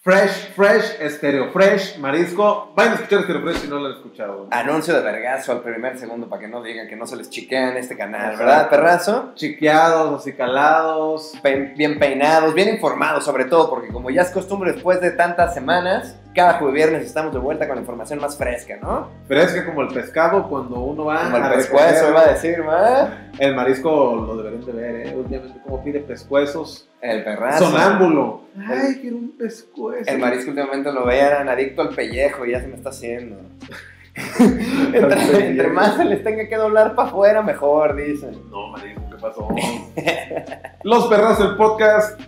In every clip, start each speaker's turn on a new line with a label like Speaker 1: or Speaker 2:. Speaker 1: Fresh, Fresh, Stereo Fresh, Marisco. Vayan a escuchar Stereo Fresh si no lo han escuchado.
Speaker 2: Anuncio de vergazo al primer segundo para que no digan que no se les chiquean este canal,
Speaker 1: Ajá.
Speaker 2: ¿verdad, perrazo?
Speaker 1: Chiqueados, acicalados.
Speaker 2: Pe- bien peinados, bien informados sobre todo, porque como ya es costumbre después de tantas semanas, cada jueves viernes estamos de vuelta con la información más fresca, ¿no?
Speaker 1: Pero es que como el pescado, cuando uno va
Speaker 2: Como el
Speaker 1: recoger,
Speaker 2: pescuezo iba a decir, ¿va?
Speaker 1: el marisco lo deberían de ver, ¿eh? Últimamente como pide pescuezos.
Speaker 2: El perrazo.
Speaker 1: Sonámbulo. Ay, quiero un pescuezo.
Speaker 2: El marisco últimamente lo vean adicto al pellejo, ya se me está haciendo.
Speaker 1: Al
Speaker 2: entre,
Speaker 1: pellejo.
Speaker 2: entre más se les tenga que doblar para afuera, mejor, dicen.
Speaker 1: No, marisco, ¿qué pasó? Los perrazos, el podcast.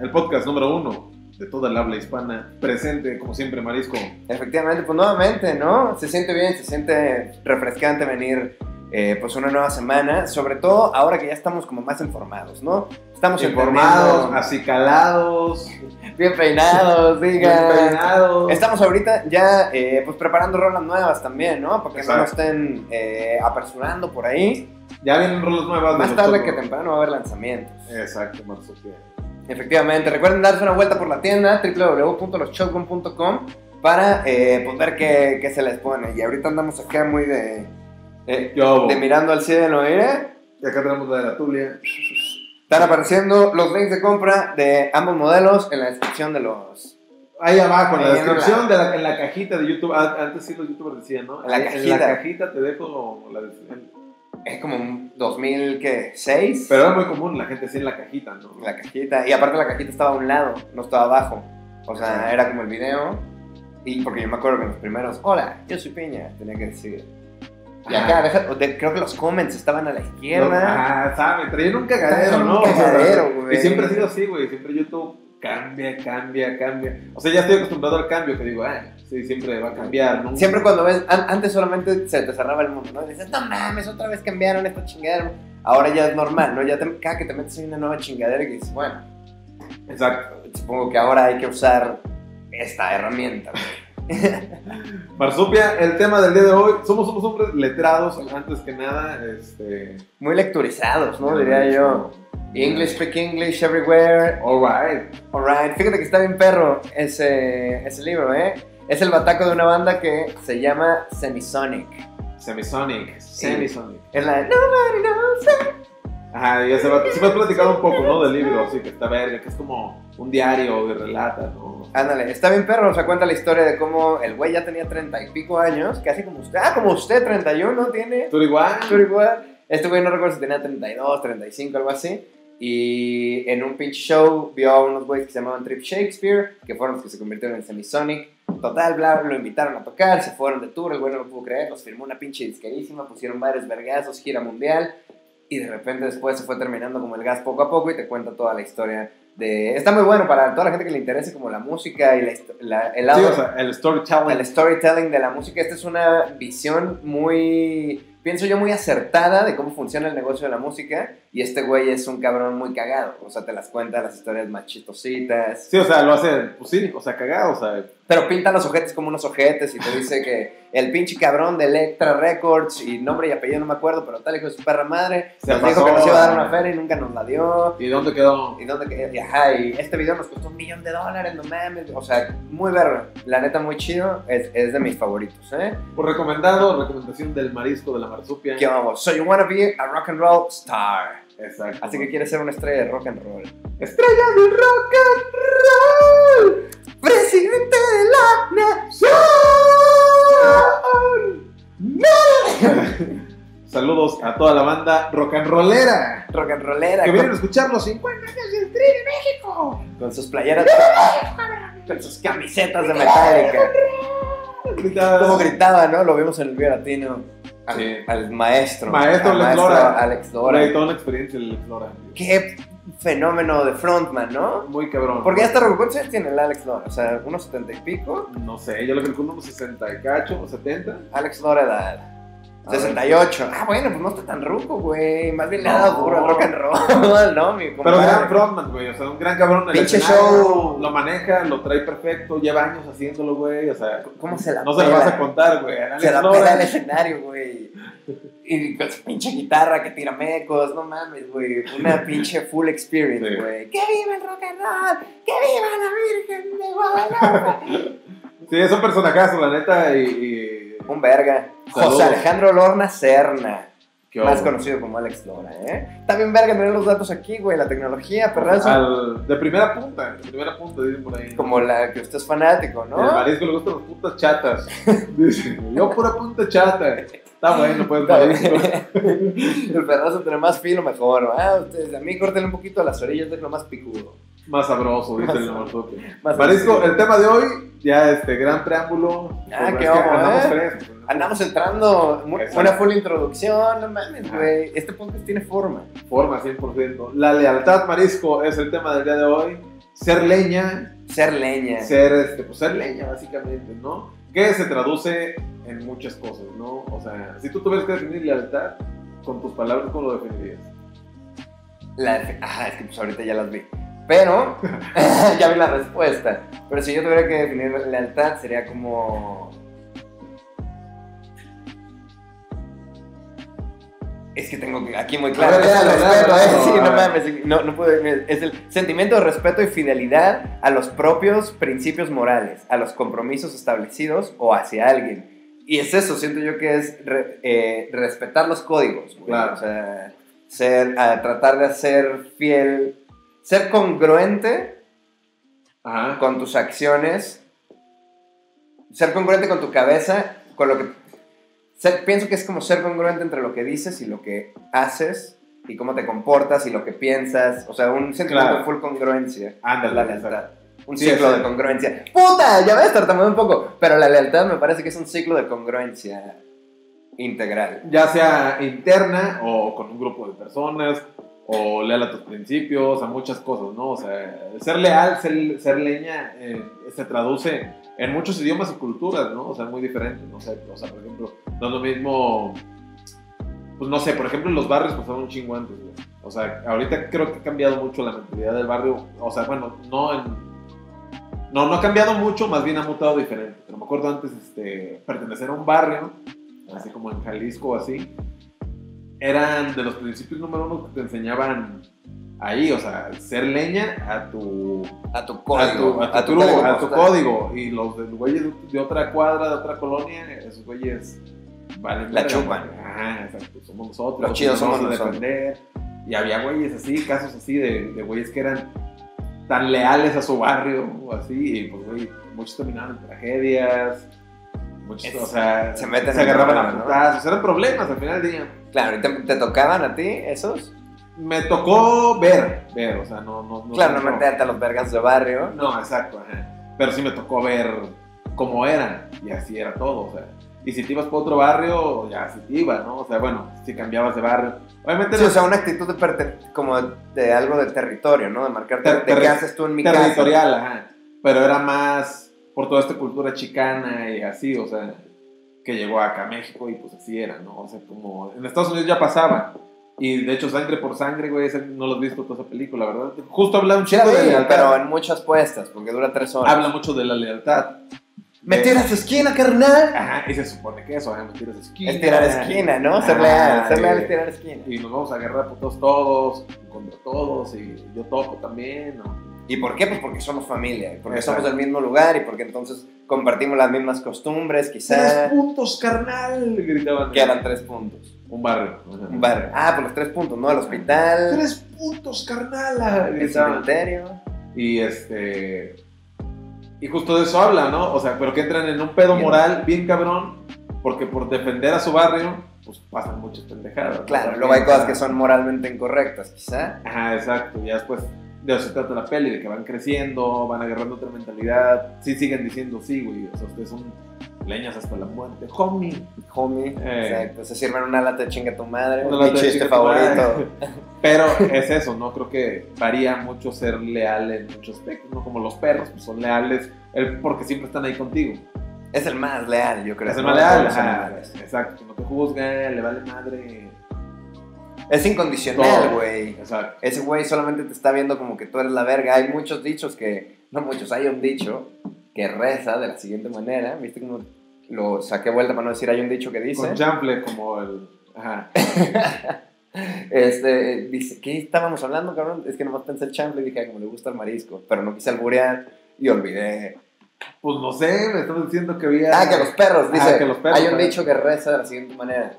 Speaker 1: El podcast número uno de toda el habla hispana. Presente, como siempre, marisco.
Speaker 2: Efectivamente, pues nuevamente, ¿no? Se siente bien, se siente refrescante venir eh, pues una nueva semana, sobre todo ahora que ya estamos como más informados, ¿no? Estamos
Speaker 1: Informados,
Speaker 2: entendiendo,
Speaker 1: acicalados,
Speaker 2: bien peinados, digan.
Speaker 1: bien peinados.
Speaker 2: Estamos ahorita ya eh, pues preparando rolas nuevas también, ¿no? Porque no nos
Speaker 1: Exacto.
Speaker 2: estén eh, apresurando por ahí.
Speaker 1: Ya vienen rolas nuevas. de
Speaker 2: Más tarde que
Speaker 1: nosotros.
Speaker 2: temprano va a haber lanzamientos.
Speaker 1: Exacto, Marzo. que-
Speaker 2: Efectivamente, recuerden darse una vuelta por la tienda www.loshotgun.com para eh, pues, ver qué, qué se les pone. Y ahorita andamos acá muy de, eh,
Speaker 1: ¿Qué hubo?
Speaker 2: de mirando al cielo, ¿eh?
Speaker 1: Y acá tenemos la de la Tulia.
Speaker 2: Están apareciendo los links de compra de ambos modelos en la descripción de los...
Speaker 1: Ahí abajo, en la
Speaker 2: Ahí en
Speaker 1: descripción, de la- en la cajita de YouTube. Ah, Antes sí los youtubers decían, ¿no?
Speaker 2: En la
Speaker 1: Ahí-
Speaker 2: cajita.
Speaker 1: En la cajita te dejo la descripción.
Speaker 2: Es como un 2006.
Speaker 1: Pero era muy común la gente así en la cajita, ¿no?
Speaker 2: La cajita. Y aparte la cajita estaba a un lado, no estaba abajo. O sea, era como el video. Y porque yo me acuerdo que en los primeros, hola, yo soy Piña, tenía que decir. Y acá,
Speaker 1: Ajá.
Speaker 2: deja- o de- creo que los comments estaban a la
Speaker 1: No,
Speaker 2: izquierda.
Speaker 1: ah, sabe, traían un cagadero,
Speaker 2: Traían un
Speaker 1: ¿no? O sea,
Speaker 2: cagadero, güey.
Speaker 1: Y siempre ha sido así, güey. Siempre YouTube cambia, cambia, cambia. O sea, ya estoy acostumbrado al cambio, que digo, ah, sí, siempre va a cambiar, ¿no?
Speaker 2: Siempre cuando ves, an- antes solamente se te cerraba el mundo, ¿no? Y dices, no mames, otra vez cambiaron esta chingadera. Ahora ya es normal, ¿no? Ya te- cada que te metes en una nueva chingadera y dices, bueno,
Speaker 1: Exacto.
Speaker 2: supongo que ahora hay que usar esta herramienta.
Speaker 1: Marsupia, el tema del día de hoy. Somos, somos hombres letrados, antes que nada. Este,
Speaker 2: Muy lecturizados, ¿no? Diría yo. English, speak English everywhere,
Speaker 1: Alright.
Speaker 2: Alright, fíjate que está bien perro ese, ese libro, ¿eh? Es el bataco de una banda que se llama Semisonic.
Speaker 1: Semisonic. Semisonic.
Speaker 2: Es la de Nobody knows.
Speaker 1: Ajá, ya se va. Sí, me has platicado un poco, ¿no? Del libro, así que está verga, que es como un diario que relata, ¿no?
Speaker 2: Ándale, está bien perro, o sea, cuenta la historia de cómo el güey ya tenía treinta y pico años, casi como usted, ah, como usted, 31 tiene,
Speaker 1: Tú igual.
Speaker 2: pero igual, este güey no recuerdo si tenía 32, 35, algo así, y en un pinche show vio a unos güeyes que se llamaban Trip Shakespeare, que fueron los que se convirtieron en Semisonic, total, bla, bla, lo invitaron a tocar, se fueron de tour, el güey no lo pudo creer, los firmó una pinche disquerísima, pusieron varios vergazos, gira mundial, y de repente después se fue terminando como el gas poco a poco y te cuenta toda la historia. De, está muy bueno para toda la gente que le interese como la música y la, histo- la- el lado
Speaker 1: Sí, o sea, el storytelling.
Speaker 2: el storytelling de la música. Esta es una visión muy, pienso yo, muy acertada de cómo funciona el negocio de la música. Y este güey es un cabrón muy cagado. O sea, te las cuenta las historias más chistositas.
Speaker 1: Sí, o sea, lo hace, pues sí, o sea, cagado, o sea,
Speaker 2: Pero pinta los ojetes como unos ojetes y te dice que el pinche cabrón de Electra Records y nombre y apellido no me acuerdo, pero tal hijo de su perra madre.
Speaker 1: Se
Speaker 2: nos dijo
Speaker 1: pasó,
Speaker 2: que nos iba a dar una
Speaker 1: eh.
Speaker 2: feria y nunca nos la dio.
Speaker 1: ¿y dónde quedó?
Speaker 2: Y dónde que- y ajá, y este video nos costó un millón de dólares, no mames. O sea, muy verga. La neta, muy chido. Es, es de mis favoritos, ¿eh?
Speaker 1: Pues recomendado, recomendación del marisco de la marsupia.
Speaker 2: ¿Qué vamos? So you wanna be a rock and roll star.
Speaker 1: Exacto.
Speaker 2: Así que quieres ser una estrella de rock and roll.
Speaker 1: ¡Estrella de rock and roll!
Speaker 2: ¡Presidente de la nación!
Speaker 1: Saludos a toda la banda rock and rollera
Speaker 2: Rock and rollera.
Speaker 1: que vienen a
Speaker 2: Con,
Speaker 1: escuchar los 50 años del Tri de México.
Speaker 2: con sus playeras. con sus camisetas de metálica. Como gritaba, ¿no? Lo vimos en el video latino. Al,
Speaker 1: Sí.
Speaker 2: al maestro.
Speaker 1: Maestro
Speaker 2: al
Speaker 1: Alex Lora.
Speaker 2: Alex Lora.
Speaker 1: Güey, toda una experiencia el Flora.
Speaker 2: Qué fenómeno de frontman, ¿no?
Speaker 1: Muy cabrón.
Speaker 2: Porque ya está Rubicon. ¿Cuántos años tiene el Alex Lora? O sea, unos setenta y pico.
Speaker 1: No sé, yo lo calculo unos 60 y cacho, o 70.
Speaker 2: Alex Lora edad.
Speaker 1: A ver.
Speaker 2: 68. Ah, bueno, pues no está tan ruco, güey. Más bien le ha dado
Speaker 1: No.
Speaker 2: duro al rock and roll, ¿no? Mi
Speaker 1: Pero
Speaker 2: compadre.
Speaker 1: gran frontman, güey. O sea, un gran cabrón. en el
Speaker 2: Pinche
Speaker 1: escenario,
Speaker 2: show.
Speaker 1: Lo maneja, lo trae perfecto. Lleva años haciéndolo, güey. O sea,
Speaker 2: ¿Cómo se la
Speaker 1: no se lo
Speaker 2: pela?
Speaker 1: vas a contar, güey.
Speaker 2: Se la
Speaker 1: Alex
Speaker 2: pela
Speaker 1: Lora.
Speaker 2: el escenario, güey. Y con su pinche guitarra que tira mecos, no mames, güey. Una pinche full experience,
Speaker 1: Sí.
Speaker 2: güey. ¡Que viva el rock and roll! ¡Que viva la Virgen de Guadalupe!
Speaker 1: Sí, es un personajazo, la neta. Y. y-
Speaker 2: Un verga.
Speaker 1: Saludos.
Speaker 2: José Alejandro Lorna Serna.
Speaker 1: qué
Speaker 2: Más
Speaker 1: hubo.
Speaker 2: conocido como Alex Lora, ¿eh? También verga tener los datos aquí, güey. La tecnología,
Speaker 1: Ah,
Speaker 2: perrazo.
Speaker 1: Al- de primera punta, de primera punta, dicen por ahí.
Speaker 2: Como la que usted es fanático,
Speaker 1: El
Speaker 2: ¿no?
Speaker 1: marisco le gustan las puntas chatas. Dice, yo pura punta chata. Está bueno, pues,
Speaker 2: Está
Speaker 1: marisco.
Speaker 2: bien. El perrazo entre más fino mejor, ¿ah? Ustedes, a mí córtenle un poquito a las orillas, déjalo más picudo.
Speaker 1: Más sabroso, dice el
Speaker 2: Más
Speaker 1: norte.
Speaker 2: Más
Speaker 1: Marisco,
Speaker 2: fino.
Speaker 1: el tema de hoy, ya este gran preámbulo.
Speaker 2: Ah,
Speaker 1: Pues,
Speaker 2: qué
Speaker 1: es que
Speaker 2: vamos,
Speaker 1: andamos pues,
Speaker 2: ¿eh?
Speaker 1: frescos, ¿no?
Speaker 2: Andamos entrando, mu-
Speaker 1: Exacto.
Speaker 2: una full introducción, no mames,
Speaker 1: Ajá.
Speaker 2: güey. Este podcast tiene forma.
Speaker 1: Forma 100%. La lealtad, Marisco, es el tema del día de hoy. Ser leña,
Speaker 2: Ser leña.
Speaker 1: ser, este, pues, ser leña, básicamente, ¿no? Que se traduce en muchas cosas, ¿no? O sea, si tú tuvieras que definir lealtad, con tus palabras, ¿cómo lo definirías?
Speaker 2: La def- ah, es que pues ahorita ya las vi. Pero, ya vi la respuesta. Pero si yo tuviera que definir lealtad, sería como... Es que tengo que- aquí muy claro.
Speaker 1: ver,
Speaker 2: es el
Speaker 1: léalo,
Speaker 2: respeto,
Speaker 1: léalo,
Speaker 2: ¿eh? Sí,
Speaker 1: léalo,
Speaker 2: no
Speaker 1: a ver.
Speaker 2: mames. No, no pude- Es el sentimiento de respeto y fidelidad a los propios principios morales, a los compromisos establecidos o hacia alguien. Y es eso, siento yo que es re- eh, respetar los códigos. güey.
Speaker 1: Claro.
Speaker 2: O sea, ser, a tratar de ser fiel, ser congruente
Speaker 1: Ajá.
Speaker 2: con tus acciones, ser congruente con tu cabeza, con lo que... ser- pienso que es como ser congruente entre lo que dices y lo que haces y cómo te comportas y lo que piensas, o sea, un sentimiento
Speaker 1: Claro.
Speaker 2: de full congruencia,
Speaker 1: Ándale,
Speaker 2: la
Speaker 1: exacto.
Speaker 2: lealtad. Un
Speaker 1: Sí,
Speaker 2: ciclo
Speaker 1: sí.
Speaker 2: de congruencia. ¡Puta! Ya ves, tartamudeé un poco. Pero la lealtad me parece que es un ciclo de congruencia integral.
Speaker 1: ya sea interna o con un grupo de personas, o leal a tus principios, a muchas cosas, ¿no? O sea, ser leal, ser, ser leña, eh, se traduce en muchos idiomas y culturas, ¿no? O sea, muy diferentes, no sé, o sea, por ejemplo, no es lo mismo, pues no sé, por ejemplo, los barrios pasaban un chingo antes, güey. O sea, ahorita creo que ha cambiado mucho la mentalidad del barrio, o sea, bueno, no en... No, no ha cambiado mucho, más bien ha mutado diferente. Pero me acuerdo antes, este, pertenecer a un barrio, así como en Jalisco o así, eran de los principios número uno que te enseñaban ahí, o sea, ser leña a tu
Speaker 2: A tu
Speaker 1: a
Speaker 2: código.
Speaker 1: tu, a tu
Speaker 2: a tu
Speaker 1: crew,
Speaker 2: código
Speaker 1: a tu
Speaker 2: postal.
Speaker 1: código. Y los de- güeyes de, de otra cuadra, de otra colonia, esos güeyes valen
Speaker 2: La
Speaker 1: verga,
Speaker 2: chupan.
Speaker 1: güey. Ajá, exacto. Somos nosotros.
Speaker 2: Los chidos
Speaker 1: nos vamos
Speaker 2: somos
Speaker 1: a
Speaker 2: nosotros.
Speaker 1: defender. Y había güeyes así, casos así de, de güeyes que eran tan leales a su barrio o así. Y pues, güey, muchos terminaban en tragedias. Muchos,
Speaker 2: Es-
Speaker 1: o sea,
Speaker 2: se meten en
Speaker 1: agarraban a
Speaker 2: problemas, ¿no?
Speaker 1: putazos. Eran problemas al final del día.
Speaker 2: Claro, ¿y te, te tocaban a ti esos?
Speaker 1: Me tocó ver, ver, o sea, no. no, no
Speaker 2: claro, no
Speaker 1: no-
Speaker 2: meterte a los vergas de barrio.
Speaker 1: No, exacto, ajá. Pero sí me tocó ver cómo eran, y así era todo, o sea. Y si te ibas para otro barrio, ya así te ibas, ¿no? O sea, bueno, si cambiabas de barrio. Obviamente
Speaker 2: Sí,
Speaker 1: no
Speaker 2: o sea, una actitud de perte- como de algo de territorio, ¿no? De marcarte
Speaker 1: Ter-
Speaker 2: de qué
Speaker 1: terri-
Speaker 2: haces tú en mi casa.
Speaker 1: territorial, ajá. Pero era más por toda esta cultura chicana y así, o sea, que llegó acá a México y pues así era, ¿no? O sea, como en Estados Unidos ya pasaba. Y de hecho, sangre por sangre, güey, ese- no lo has visto toda esa película, ¿verdad? Justo habla un
Speaker 2: Sí,
Speaker 1: chingo de lealtad.
Speaker 2: pero en muchas puestas, porque dura tres horas.
Speaker 1: Habla mucho de la lealtad.
Speaker 2: ¡Me tiras esquina, carnal! Ah.
Speaker 1: Ajá, y se supone que eso, ajá, me tiras esquina.
Speaker 2: Es tirar esquina, ¿no? Ser leal, ser leal es tirar esquina.
Speaker 1: Y nos vamos a agarrar por todos, todos, contra todos, y yo topo también. ¿no?
Speaker 2: ¿Y por qué? Pues porque somos familia, y porque
Speaker 1: Exacto.
Speaker 2: somos del mismo lugar y porque entonces compartimos las mismas costumbres,
Speaker 1: ¡Tres
Speaker 2: quizás.
Speaker 1: puntos, carnal! Gritaban.
Speaker 2: Que eran tres puntos.
Speaker 1: Un barrio. ajá.
Speaker 2: Un barrio. Ah, por los tres puntos, ¿no? Al hospital,
Speaker 1: ¡Tres puntos, carnal!
Speaker 2: el
Speaker 1: Gritaban.
Speaker 2: cementerio.
Speaker 1: Y este. Y justo de eso habla, ¿no? O sea, pero que entran en un pedo moral bien cabrón, porque por defender a su barrio, pues pasan muchas pendejadas. ¿no?
Speaker 2: Claro,
Speaker 1: También,
Speaker 2: luego hay
Speaker 1: o
Speaker 2: cosas
Speaker 1: sea,
Speaker 2: que son moralmente incorrectas, quizá.
Speaker 1: Ajá, exacto. Ya después de eso se trata la peli, de que van creciendo, van agarrando otra mentalidad. Sí siguen diciendo sí, güey. O sea, ustedes son leñas hasta la muerte. Homie.
Speaker 2: Homie,
Speaker 1: Eh.
Speaker 2: exacto. Se sirven una lata de chinga tu madre,
Speaker 1: Una lata
Speaker 2: mi
Speaker 1: de
Speaker 2: chiste
Speaker 1: chinga tu
Speaker 2: favorito.
Speaker 1: Pero es eso, ¿no? Creo que varía mucho ser leal en muchos aspectos, ¿no? Como los perros, pues son leales el- porque siempre están ahí contigo.
Speaker 2: Es el más leal, yo creo.
Speaker 1: Es el
Speaker 2: ¿no?
Speaker 1: más leal,
Speaker 2: Todos son
Speaker 1: ajá,
Speaker 2: leales.
Speaker 1: Exacto. No te juzga, le vale madre.
Speaker 2: Es incondicional,
Speaker 1: Todo.
Speaker 2: güey.
Speaker 1: Exacto.
Speaker 2: Ese güey solamente te está viendo como que tú eres la verga. Hay muchos dichos que, no muchos, hay un dicho que reza de la siguiente manera. ¿Viste cómo lo saqué vuelta para no decir hay un dicho que dice?
Speaker 1: Con Chample como el. Ajá. Pues,
Speaker 2: Este, dice, ¿qué estábamos hablando, cabrón? Es que nomás pensé el chamble y dije, "Ah, como le gusta el marisco, pero no quise alburear y olvidé.
Speaker 1: Pues no sé, me estás diciendo que había.
Speaker 2: Ah, que los perros,
Speaker 1: Ah,
Speaker 2: dice.
Speaker 1: que los perros,
Speaker 2: hay un
Speaker 1: ¿verdad?
Speaker 2: dicho que reza de la siguiente manera.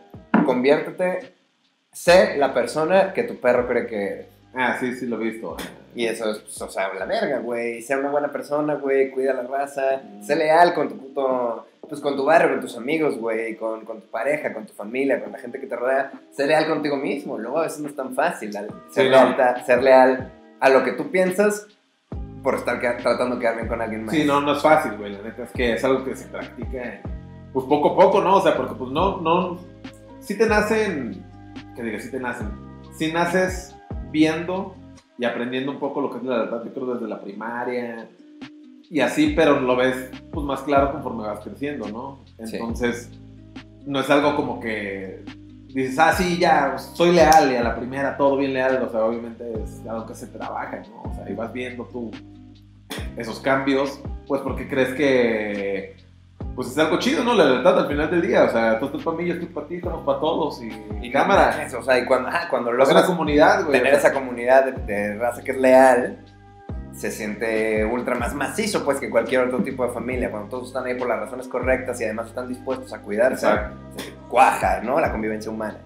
Speaker 2: Conviértete, sé la persona que tu perro cree que eres.
Speaker 1: Ah, sí, sí, lo he visto.
Speaker 2: Y eso es, pues, o sea, la verga, güey. Sea una buena persona, güey. Cuida la raza.
Speaker 1: Mm.
Speaker 2: Sé leal con tu puto. Pues con tu barrio, con tus amigos, güey. Con, con tu pareja, con tu familia, con la gente que te rodea. Sé leal contigo mismo. Luego a veces no es tan fácil. al- ser,
Speaker 1: Sí, no.
Speaker 2: leal, ser leal a lo que tú piensas por estar queda- tratando de quedar bien con alguien más.
Speaker 1: Sí, no, no es fácil, güey. La neta es que es algo que se practica, pues poco a poco, ¿no? O sea, porque pues no, no. Sí te nacen, que diga, sí te nacen. Sí naces viendo y aprendiendo un poco lo que es la verdad, yo creo desde la primaria y así, pero lo ves pues más claro conforme vas creciendo, ¿no?
Speaker 2: Sí.
Speaker 1: Entonces, no es algo como que dices, ah, sí, ya, soy leal y a la primera todo bien leal, o sea, obviamente es algo que se trabaja, ¿no? O sea, y vas viendo tú esos cambios, pues porque crees que pues es algo chido, ¿no? La lealtad al final del día, o sea, tú estás para mí, yo estoy para ti, estamos para todos y,
Speaker 2: Y
Speaker 1: cámara.
Speaker 2: eso, o sea, y cuando, ajá, cuando
Speaker 1: Es una
Speaker 2: logras
Speaker 1: comunidad, güey.
Speaker 2: tener
Speaker 1: o sea,
Speaker 2: esa comunidad de, de raza que es leal, se siente ultra más macizo pues que cualquier otro tipo de familia. Cuando todos están ahí por las razones correctas y además están dispuestos a cuidarse,
Speaker 1: exacto.
Speaker 2: se cuaja, ¿no? La convivencia humana.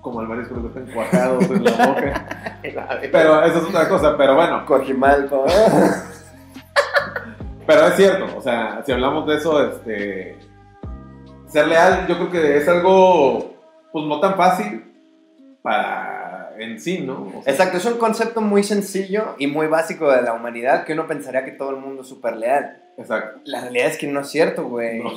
Speaker 1: como el marisco que están cuajados en la boca. Pero eso es otra cosa, pero bueno,
Speaker 2: Cojimalco.
Speaker 1: pero es cierto, o sea, si hablamos de eso, este, ser leal yo creo que es algo, pues no tan fácil para en sí, ¿no? O sea,
Speaker 2: Exacto, es un concepto muy sencillo y muy básico de la humanidad que uno pensaría que todo el mundo es súper leal.
Speaker 1: Exacto.
Speaker 2: La realidad es que no es cierto, güey.
Speaker 1: No,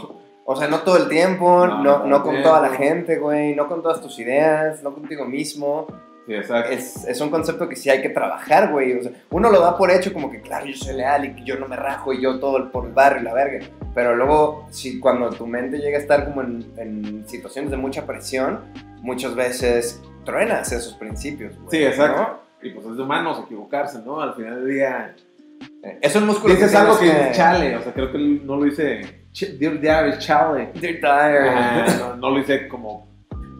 Speaker 2: O sea, no todo el tiempo,
Speaker 1: No,
Speaker 2: no,
Speaker 1: no todo
Speaker 2: no
Speaker 1: el
Speaker 2: con
Speaker 1: tiempo.
Speaker 2: toda la gente, güey, no con todas tus ideas, no contigo mismo.
Speaker 1: sí, exacto.
Speaker 2: es, es un concepto que sí hay que trabajar, güey. O sea, uno lo da por hecho como que, claro, yo soy leal y que yo no me rajo y yo todo el- por el barrio y la verga. Pero luego, si cuando tu mente llega a estar como en, en situaciones de mucha presión, muchas veces truenas esos principios, güey.
Speaker 1: Sí, exacto.
Speaker 2: ¿no?
Speaker 1: Y pues es de humanos equivocarse, ¿no? Al final del día
Speaker 2: Eh, Es un músculo
Speaker 1: dices
Speaker 2: tienes
Speaker 1: algo que dices, chale, o sea, creo que no lo hice, ch- Dear Diary, chale.
Speaker 2: You're tired.
Speaker 1: Ah, no, no lo hice como,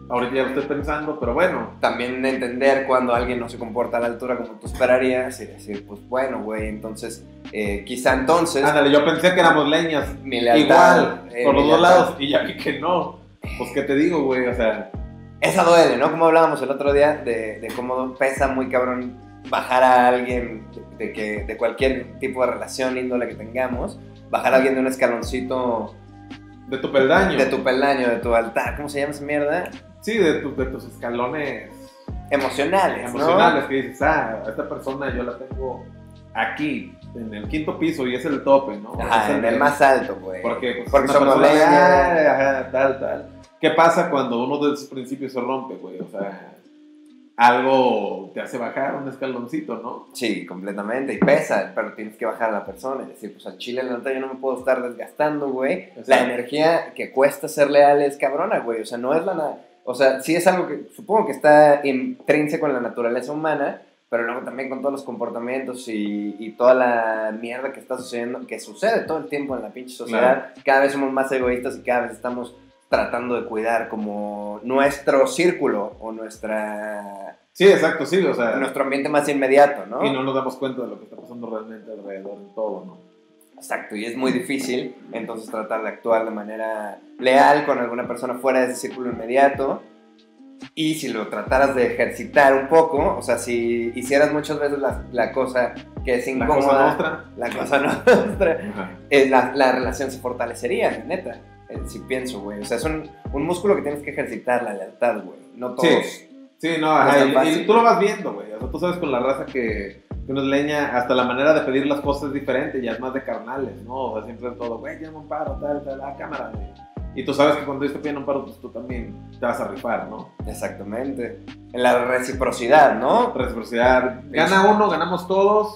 Speaker 1: ahorita ya lo estoy pensando, pero bueno,
Speaker 2: También entender cuando alguien no se comporta a la altura como tú esperarías y decir, pues bueno, güey, entonces, eh, quizá entonces...
Speaker 1: ándale, yo pensé que éramos leñas,
Speaker 2: mi lealtad,
Speaker 1: Igual,
Speaker 2: eh,
Speaker 1: por
Speaker 2: mi
Speaker 1: los dos
Speaker 2: lealtad
Speaker 1: lados. Y ya vi que no. Pues qué te digo, güey. O sea,
Speaker 2: Esa duele, ¿no? Como hablábamos el otro día de, de cómo pesa muy cabrón bajar a alguien de, que, de cualquier tipo de relación, índole que tengamos, bajar a alguien de un escaloncito
Speaker 1: de tu peldaño.
Speaker 2: de tu peldaño, de tu altar, ¿cómo se llama esa mierda?
Speaker 1: Sí, de, tu- de tus escalones
Speaker 2: Emocionales, ¿no?
Speaker 1: emocionales que dices, ah, a esta persona yo la tengo aquí, en el quinto piso y es el tope, ¿no?
Speaker 2: Ajá,
Speaker 1: Es
Speaker 2: en el más alto, güey.
Speaker 1: Porque, pues,
Speaker 2: Porque
Speaker 1: una
Speaker 2: somos
Speaker 1: persona,
Speaker 2: leña.
Speaker 1: "Ah, ajá, tal, tal. ¿Qué pasa cuando uno de esos principios se rompe, güey? O sea, algo te hace bajar un escaloncito, ¿no?
Speaker 2: Sí, completamente, y pesa, pero tienes que bajar a la persona y decir, pues al chile, la neta, yo no me puedo estar desgastando, güey, La
Speaker 1: Exacto.
Speaker 2: energía que cuesta ser leal es cabrona, güey. O sea, no es la na- O sea, sí es algo que supongo que está intrínseco en la naturaleza humana, pero luego también con todos los comportamientos y, y toda la mierda que está sucediendo, que sucede todo el tiempo en la pinche sociedad. Cada vez somos más egoístas y cada vez estamos tratando de cuidar como nuestro círculo o nuestra,
Speaker 1: Sí, exacto, sí. O sea,
Speaker 2: nuestro ambiente más inmediato, ¿no?
Speaker 1: y no nos damos cuenta de lo que está pasando realmente alrededor de todo, ¿no?
Speaker 2: Exacto, y es muy difícil entonces tratar de actuar de manera leal con alguna persona fuera de ese círculo inmediato. Y si lo trataras de ejercitar un poco, o sea, si hicieras muchas veces la, la cosa que es
Speaker 1: La cosa
Speaker 2: incómoda,
Speaker 1: nuestra.
Speaker 2: la cosa nuestra,
Speaker 1: Ajá.
Speaker 2: eh, la, la relación se fortalecería, la neta. eh, Si pienso, güey. O sea, es un, un músculo que tienes que ejercitar, la lealtad, güey. No todos.
Speaker 1: Sí, no,
Speaker 2: es
Speaker 1: ajá,
Speaker 2: tan
Speaker 1: y- y,
Speaker 2: fácil.
Speaker 1: tú lo vas viendo, güey. O sea, tú sabes con la raza que, que nos leña, hasta la manera de pedir las cosas es diferente, ya es más de carnales, ¿no? O sea, siempre es todo, güey, llama un paro, tal, tal, la cámara, güey. Y tú sabes que cuando ellos te piden un paro, pues tú también te vas a rifar, ¿no?
Speaker 2: Exactamente. En la reciprocidad, ¿no?
Speaker 1: Reciprocidad. Gana uno, ganamos todos.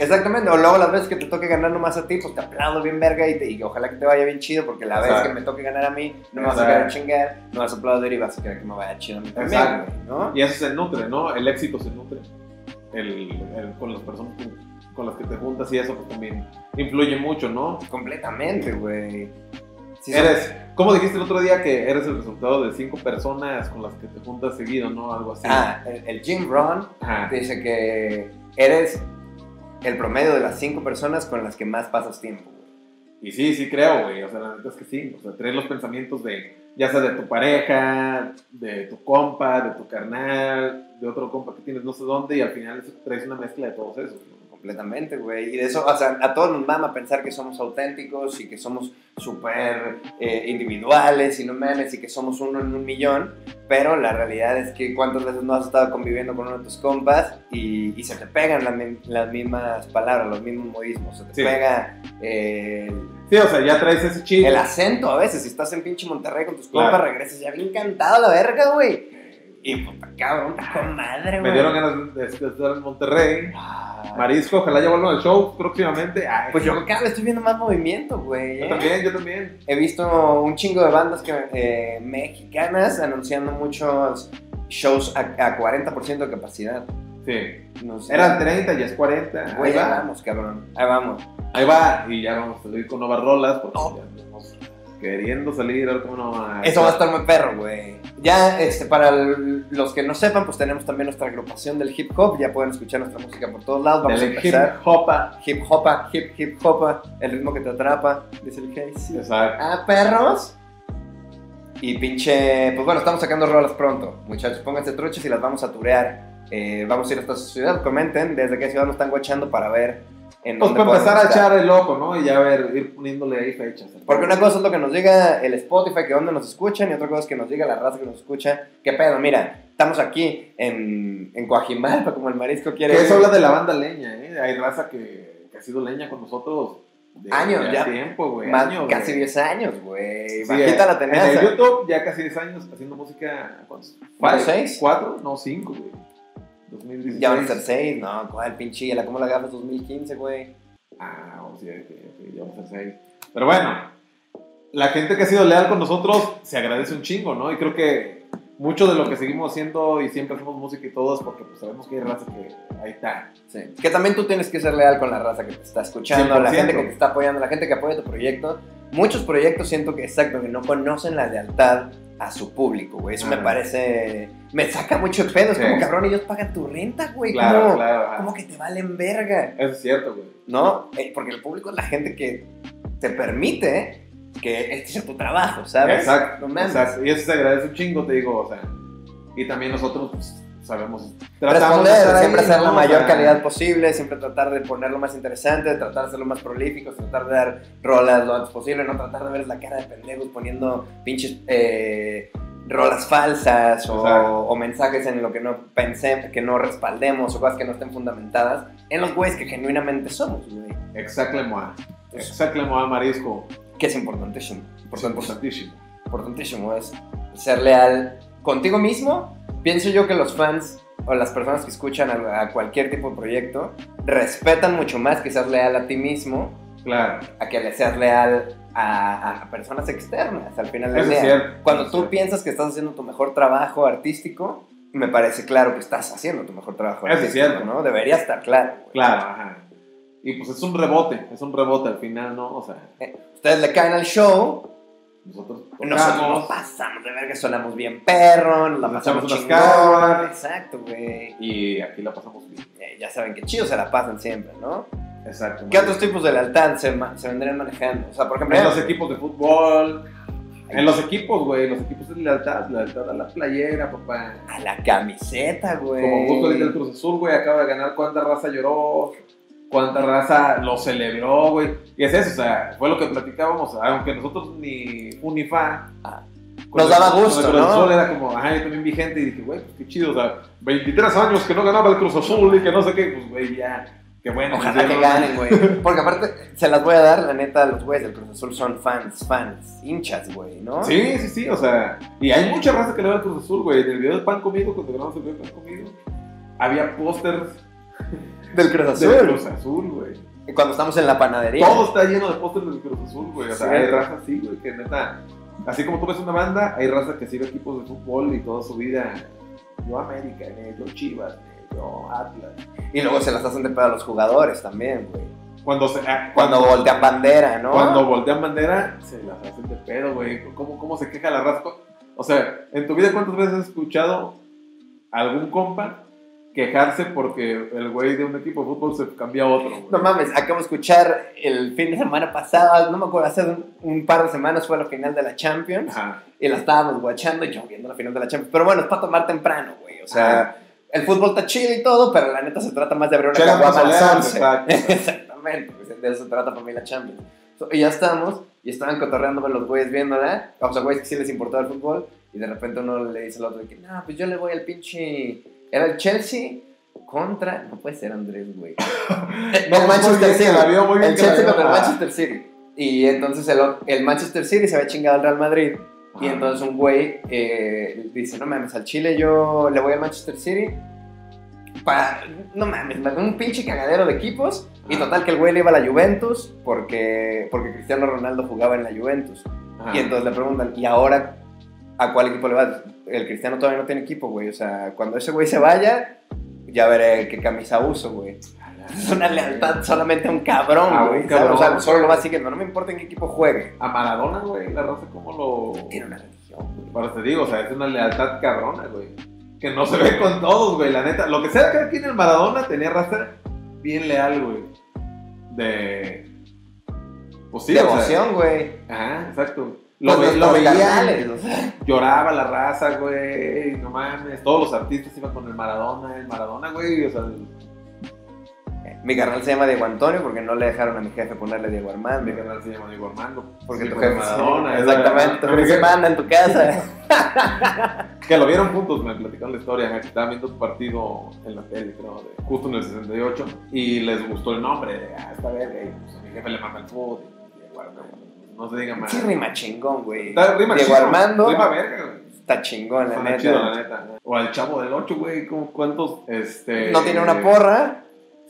Speaker 2: Exactamente, o luego las veces que te toque ganar nomás a ti, pues te aplaudo bien verga y, te, y ojalá que te vaya bien chido, porque la vez
Speaker 1: Exacto.
Speaker 2: que me toque ganar a mí, no me vas a
Speaker 1: Exacto.
Speaker 2: querer chingar, no vas a aplaudir y vas a querer que me vaya chido a mí también,
Speaker 1: Exacto.
Speaker 2: güey, ¿no?
Speaker 1: Y eso se nutre, ¿no? El éxito se nutre. El, el- con las personas con- con las que te juntas y eso pues, también influye mucho, ¿no?
Speaker 2: Completamente, güey. Sí, son-
Speaker 1: eres, ¿cómo dijiste el otro día que eres el resultado de cinco personas con las que te juntas seguido, ¿no? Algo así.
Speaker 2: Ah, el, el Jim Ron
Speaker 1: Ajá.
Speaker 2: dice que eres el promedio de las cinco personas con las que más pasas tiempo, güey.
Speaker 1: Y sí, sí creo, güey. O sea, la neta es que sí. O sea, traes los pensamientos de, ya sea de tu pareja, de tu compa, de tu carnal, de otro compa que tienes no sé dónde, y al final traes una mezcla de todos esos, ¿no?
Speaker 2: Completamente, güey. Y de eso, o sea, a todos nos mama pensar que somos auténticos y que somos súper eh, individuales y no mames y que somos uno en un millón. Pero la realidad es que cuántas veces no has estado conviviendo con uno de tus compas y, y se te pegan la mi- las mismas palabras, los mismos modismos. Se te
Speaker 1: Sí.
Speaker 2: pega eh,
Speaker 1: Sí, o sea, ya traes ese chip.
Speaker 2: el acento a veces. Si estás en pinche Monterrey con tus
Speaker 1: Claro.
Speaker 2: compas, regresas ya bien cantado a la verga, güey. Y pues, puta cabrón, con madre, güey.
Speaker 1: Me dieron ganas de, de estar en Monterrey.
Speaker 2: Ah,
Speaker 1: Marisco, ojalá ya vuelvan al show próximamente. Ay,
Speaker 2: Pues yo cada vez estoy viendo más movimiento, güey.
Speaker 1: yo
Speaker 2: ¿eh?
Speaker 1: también, yo también.
Speaker 2: He visto un chingo de bandas que, eh, mexicanas anunciando muchos shows a, a 40% de capacidad.
Speaker 1: Sí.
Speaker 2: No sé.
Speaker 1: Eran 30, ya es 40.
Speaker 2: Güey,
Speaker 1: Ahí
Speaker 2: ahí
Speaker 1: va.
Speaker 2: vamos, cabrón. Ahí vamos.
Speaker 1: Ahí va. Y ya vamos a salir con nuevas rolas porque ya estamos queriendo salir. ahora cómo no. a-
Speaker 2: Eso va a estar muy perro, güey. Ya, este, para el- los que no sepan, pues tenemos también nuestra agrupación del hip hop. Ya pueden escuchar nuestra música por todos lados. Vamos a
Speaker 1: Del hip ah,
Speaker 2: empezar.
Speaker 1: hopa.
Speaker 2: Hip hopa, hip hip hopa. El ritmo que te atrapa, dice el Casey.
Speaker 1: Exacto.
Speaker 2: Ah, perros. Y pinche. Pues bueno, estamos sacando rolas pronto. Muchachos, pónganse truchas y las vamos a turear. Eh, vamos a ir hasta su ciudad. Comenten desde qué ciudad nos están guachando para ver en
Speaker 1: Pues
Speaker 2: dónde
Speaker 1: para empezar a
Speaker 2: podemos estar.
Speaker 1: echar el ojo, ¿no? Y ya ver, ir poniéndole ahí fechas.
Speaker 2: Porque una cosa es lo que nos diga el Spotify, que dónde nos escuchan, y otra cosa es que nos diga la raza que nos escucha. ¿Qué pedo? Mira, estamos aquí en, en Coajimalpa, como el marisco quiere.
Speaker 1: Que eso habla de la banda leña, ¿eh? Hay raza que, que ha sido leña con nosotros. de-
Speaker 2: Años,
Speaker 1: de
Speaker 2: ya.
Speaker 1: tiempo, güey.
Speaker 2: Más-
Speaker 1: años,
Speaker 2: casi
Speaker 1: güey.
Speaker 2: 10 años, güey.
Speaker 1: Sí,
Speaker 2: Bajita
Speaker 1: eh,
Speaker 2: la tenaza.
Speaker 1: En el YouTube ya casi 10 años haciendo música. ¿Cuántos?
Speaker 2: ¿Cuántos, seis?
Speaker 1: ¿Cuatro? No, cinco, güey. 2016.
Speaker 2: Ya van a ser 6, no, cuál pinche, la cómo la gafas 2015, güey.
Speaker 1: Ah, o sea, que, que ya van a ser seis. Pero bueno, la gente que ha sido leal con nosotros se agradece un chingo, ¿no? Y creo que mucho de lo que seguimos haciendo y siempre hacemos música y todo es porque pues, sabemos que hay raza que ahí está.
Speaker 2: Sí. Que también tú tienes que ser leal con la raza que te está escuchando, la
Speaker 1: 100%.
Speaker 2: gente que te está apoyando, la gente que apoya tu proyecto. Muchos proyectos siento que, exacto, que no conocen la lealtad a su público, güey. Eso me
Speaker 1: Ah.
Speaker 2: parece... Me saca mucho el pedo. Es
Speaker 1: Sí.
Speaker 2: como, cabrón, ellos pagan tu renta, güey.
Speaker 1: Claro,
Speaker 2: ¿cómo,
Speaker 1: claro. ajá.
Speaker 2: cómo que te valen verga?
Speaker 1: Eso es cierto, güey.
Speaker 2: ¿No? Eh, porque el público es la gente que te permite que este sea tu trabajo, ¿sabes?
Speaker 1: Exacto,
Speaker 2: No mames.
Speaker 1: exacto. Y eso se agradece un chingo, te digo, o sea. Y también nosotros pues, sabemos.
Speaker 2: responder,
Speaker 1: estar ahí,
Speaker 2: siempre hacer
Speaker 1: ¿no?
Speaker 2: la
Speaker 1: O
Speaker 2: mayor
Speaker 1: sea,
Speaker 2: calidad posible, siempre tratar de ponerlo más interesante, tratar de hacerlo más prolífico, tratar de dar rolas lo antes posible, no tratar de ver la cara de pendejos poniendo pinches eh, rolas falsas o,
Speaker 1: Exacto.
Speaker 2: o mensajes en lo que no pensé, que no respaldemos o cosas que no estén fundamentadas en los güeyes que genuinamente somos, güey.
Speaker 1: Exactamente.
Speaker 2: Entonces,
Speaker 1: Exactamente, Marisco.
Speaker 2: que es importantísimo.
Speaker 1: Por importantísimo.
Speaker 2: Importantísimo importantísimo es ser leal contigo mismo. Pienso yo que los fans o las personas que escuchan a, a cualquier tipo de proyecto respetan mucho más que seas leal a ti mismo
Speaker 1: Claro.
Speaker 2: a que le seas leal a, a personas externas al final del
Speaker 1: Eso es
Speaker 2: día.
Speaker 1: cierto.
Speaker 2: Cuando
Speaker 1: Eso
Speaker 2: tú
Speaker 1: es
Speaker 2: piensas que estás haciendo tu mejor trabajo artístico, me parece claro que estás haciendo tu mejor trabajo
Speaker 1: Eso es
Speaker 2: artístico,
Speaker 1: cierto.
Speaker 2: ¿no? Debería estar claro. güey.
Speaker 1: Claro, ajá. Y pues es un rebote, es un rebote al final, ¿no? O sea,
Speaker 2: Ustedes le caen al show,
Speaker 1: nosotros
Speaker 2: nosotros nos
Speaker 1: tocamos
Speaker 2: pasamos de verga, sonamos bien perro, nos la
Speaker 1: Nos
Speaker 2: pasamos
Speaker 1: echamos
Speaker 2: chingón.
Speaker 1: unas caguas.
Speaker 2: Exacto, güey.
Speaker 1: y aquí la pasamos bien.
Speaker 2: eh, ya saben que chido se la pasan siempre, ¿no?
Speaker 1: Exacto.
Speaker 2: ¿Qué otros tipos de lealtad se, ma- se vendrían manejando? O sea, por ejemplo,
Speaker 1: En los equipos de fútbol, en los equipos, güey, los equipos de lealtad, lealtad a la playera, papá.
Speaker 2: a la camiseta, güey.
Speaker 1: Como justo ahorita el Cruz Azul, güey, acaba de ganar, cuánta raza lloró, cuánta raza lo celebró, güey. Y es eso, o sea, fue lo que platicábamos, aunque nosotros ni Unifa.
Speaker 2: Ah.
Speaker 1: con
Speaker 2: Nos
Speaker 1: el-
Speaker 2: daba
Speaker 1: con
Speaker 2: gusto,
Speaker 1: el Cruz
Speaker 2: ¿no?
Speaker 1: Azul era como, ajá, yo también vi gente y dije, güey, pues qué chido, o sea, 23 años que no ganaba el Cruz Azul y que no sé qué, pues güey, ya, qué bueno.
Speaker 2: Ojalá
Speaker 1: pues, ya
Speaker 2: que
Speaker 1: no-
Speaker 2: ganen, güey. Porque aparte, se las voy a dar, la neta, los güeyes del Cruz Azul son fans, fans, hinchas, güey, ¿no?
Speaker 1: Sí, sí, sí, o sea, y hay mucha raza que le va al Cruz Azul, güey. En el video del pan comido, cuando grabamos el video del pan comido, había pósters
Speaker 2: Del Cruz Azul.
Speaker 1: Del Cruz Azul, güey.
Speaker 2: Cuando estamos en la panadería.
Speaker 1: Todo está lleno de pósters del Cruz Azul, güey. O sea,
Speaker 2: Sí.
Speaker 1: hay raza así, güey, que neta. Así como tú ves una banda, hay raza que sigue equipos de fútbol y toda su vida. Yo América, eh, yo Chivas, eh, yo Atlas.
Speaker 2: Y luego se las hacen de pedo a los jugadores también, güey.
Speaker 1: Cuando se. ah,
Speaker 2: Cuando voltean bandera, ¿no?
Speaker 1: Cuando voltean bandera, se las hacen de pedo, güey. ¿Cómo, ¿Cómo se queja la raza? O sea, ¿en tu vida cuántas veces has escuchado a algún compa quejarse porque el güey de un equipo de fútbol se cambia a otro? güey?
Speaker 2: No mames, acabamos de escuchar el fin de semana pasado, no me acuerdo, hace un, un par de semanas fue la final de la Champions
Speaker 1: Ajá.
Speaker 2: y la estábamos guachando y yo viendo la final de la Champions. Pero bueno, es para tomar temprano, güey. O sea, el fútbol está chido y todo, pero la neta se trata más de abrir una
Speaker 1: Chela
Speaker 2: caguama a las
Speaker 1: consolera,
Speaker 2: 11.
Speaker 1: exacto.
Speaker 2: Exactamente, pues, de eso se trata para mí la Champions. So, y ya estamos, y estaban cotorreándome los güeyes viéndola, o sea, güeyes que sí les importaba el fútbol, y de repente uno le dice al otro que, no, pues yo le voy al pinche... Era el Chelsea contra... No puede ser Andrés, güey.
Speaker 1: No,
Speaker 2: el
Speaker 1: muy
Speaker 2: Manchester
Speaker 1: bien que
Speaker 2: City.
Speaker 1: la vio, muy bien
Speaker 2: El
Speaker 1: que la
Speaker 2: Chelsea
Speaker 1: vio.
Speaker 2: contra el
Speaker 1: Ah.
Speaker 2: Manchester City. Y entonces el, o- el Manchester City se había chingado al Real Madrid. Y
Speaker 1: Ajá.
Speaker 2: entonces un güey eh, dice, no mames, al Chile yo le voy al Manchester City. Para, no mames, me- un pinche cagadero de equipos. Y
Speaker 1: Ajá.
Speaker 2: total que el güey le iba a la Juventus porque, porque Cristiano Ronaldo jugaba en la Juventus.
Speaker 1: Ajá.
Speaker 2: Y entonces le preguntan, ¿y ahora a cuál equipo le vas? El Cristiano todavía no tiene equipo, güey. O sea, cuando ese güey se vaya, ya veré qué camisa uso, güey. Es una lealtad solamente a un cabrón,
Speaker 1: A un
Speaker 2: güey. ¿sabes?
Speaker 1: cabrón.
Speaker 2: O sea, solo lo va siguiendo. No me importa en qué equipo juegue.
Speaker 1: A Maradona, güey, la raza como lo...
Speaker 2: Tiene una religión, güey.
Speaker 1: Pero te digo, o sea, es una lealtad cabrona, güey. Que no se ve con todos, güey, la neta. Lo que sea que aquí en el Maradona tenía raza bien leal, güey. De... Pues sí, o sea,
Speaker 2: Devoción, güey.
Speaker 1: Ajá, exacto. Lo,
Speaker 2: Pues Los
Speaker 1: ve- lo veía,
Speaker 2: carnales, o sea.
Speaker 1: lloraba la raza, güey, no mames. Todos los artistas iban con el Maradona, el Maradona, güey, o sea...
Speaker 2: Mi carnal se llama Diego Antonio porque no le dejaron a mi jefe ponerle Diego Armando.
Speaker 1: Mi canal se llama Diego Armando.
Speaker 2: Porque
Speaker 1: Sí,
Speaker 2: tu
Speaker 1: con el
Speaker 2: jefe.
Speaker 1: Maradona, es la-
Speaker 2: pues, exactamente, tu jefe se manda en tu casa.
Speaker 1: Que lo vieron juntos, me platicaron la historia, ajá, que estaban viendo un partido en la tele, creo, de- justo en el 68, y les gustó el nombre, de, ah, esta verga, y pues, a mi jefe le mama el fútbol, y, y, bueno, no, no se diga más.
Speaker 2: Sí, rima chingón, güey.
Speaker 1: Está rima
Speaker 2: Diego
Speaker 1: chido,
Speaker 2: Armando.
Speaker 1: Rima verga, güey.
Speaker 2: Está chingón, la
Speaker 1: Suena
Speaker 2: neta.
Speaker 1: chido, la neta. O al Chavo del 8, güey, ¿cómo- ¿cuántos? Este,
Speaker 2: No tiene una porra.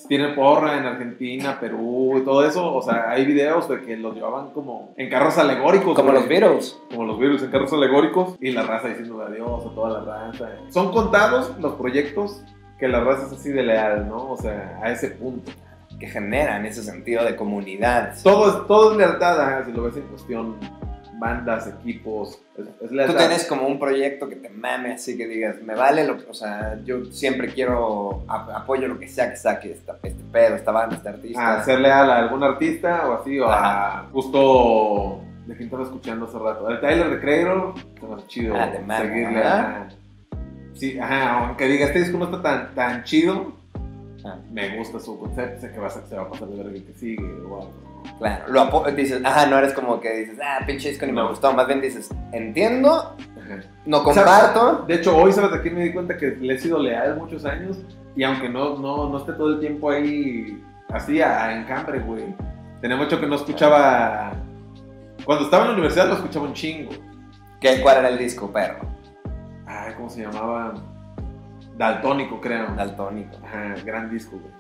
Speaker 1: Tiene porra en Argentina, Perú y todo eso. O sea, hay videos de que los llevaban como en carros alegóricos.
Speaker 2: Como
Speaker 1: güey.
Speaker 2: los Beatles.
Speaker 1: como los virus en carros alegóricos y la raza diciendo adiós a toda la raza. Son contados los proyectos que la raza es así de leal, ¿no? O sea, a ese punto.
Speaker 2: Que generan ese sentido de comunidad.
Speaker 1: Todo es, todo es lealtad, ajá, si lo ves en cuestión, bandas, equipos, es, es lealtad.
Speaker 2: Tú tienes como un proyecto que te mame, así que digas, me vale lo que. O sea, yo siempre quiero. ap- apoyo lo que sea que saque esta, este pedo, esta banda, este artista.
Speaker 1: A ser leal a algún artista o así, o a justo de quien estaba escuchando hace rato. El Tyler de Creator, está chido
Speaker 2: Ah, de mano,
Speaker 1: seguirle.
Speaker 2: ¿verdad?
Speaker 1: ajá. Sí, ajá, aunque diga, este disco no está tan, tan chido,
Speaker 2: Ah.
Speaker 1: me gusta su concepto, sé que vas a- se va a pasar de verga el que sigue o algo.
Speaker 2: Claro, lo apo- dices, ajá, no eres como que dices, ah, pinche disco ni me
Speaker 1: No.
Speaker 2: gustó, más bien dices, entiendo,
Speaker 1: Ajá.
Speaker 2: no
Speaker 1: O sea,
Speaker 2: comparto,
Speaker 1: De hecho, hoy, ¿sabes? Aquí me di cuenta que le he sido leal muchos años y aunque no, no, no esté todo el tiempo ahí así a, a encambre, güey. Tenía mucho que no escuchaba... Cuando estaba en la universidad lo escuchaba un chingo.
Speaker 2: que cuál era el disco, perro,
Speaker 1: Ay, Ah, ¿cómo se llamaba? Daltónico, creo.
Speaker 2: daltónico,
Speaker 1: Ajá, gran disco, güey.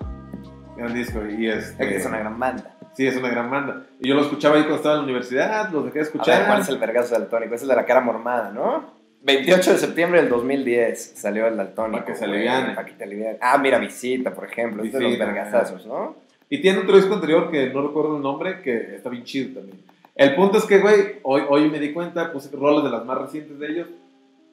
Speaker 1: Gran disco. Y este,
Speaker 2: es que es una gran banda.
Speaker 1: Sí, es una gran banda. Y yo lo escuchaba ahí cuando estaba en la universidad, los dejé de
Speaker 2: A
Speaker 1: escuchar.
Speaker 2: ver, ¿cuál es el vergazo daltónico? Es el de la cara mormada, ¿no? 28 de septiembre del 2010 salió el daltónico.
Speaker 1: Pa' que se
Speaker 2: güey,
Speaker 1: aliviane.
Speaker 2: pa' que te aliviane. Ah, mira, Visita, por ejemplo, es de los
Speaker 1: Visita.
Speaker 2: vergazazos, ¿no?
Speaker 1: Y tiene otro disco anterior que no recuerdo el nombre, que está bien chido también. El punto es que, güey, hoy, hoy me di cuenta, puse rolas de las más recientes de ellos,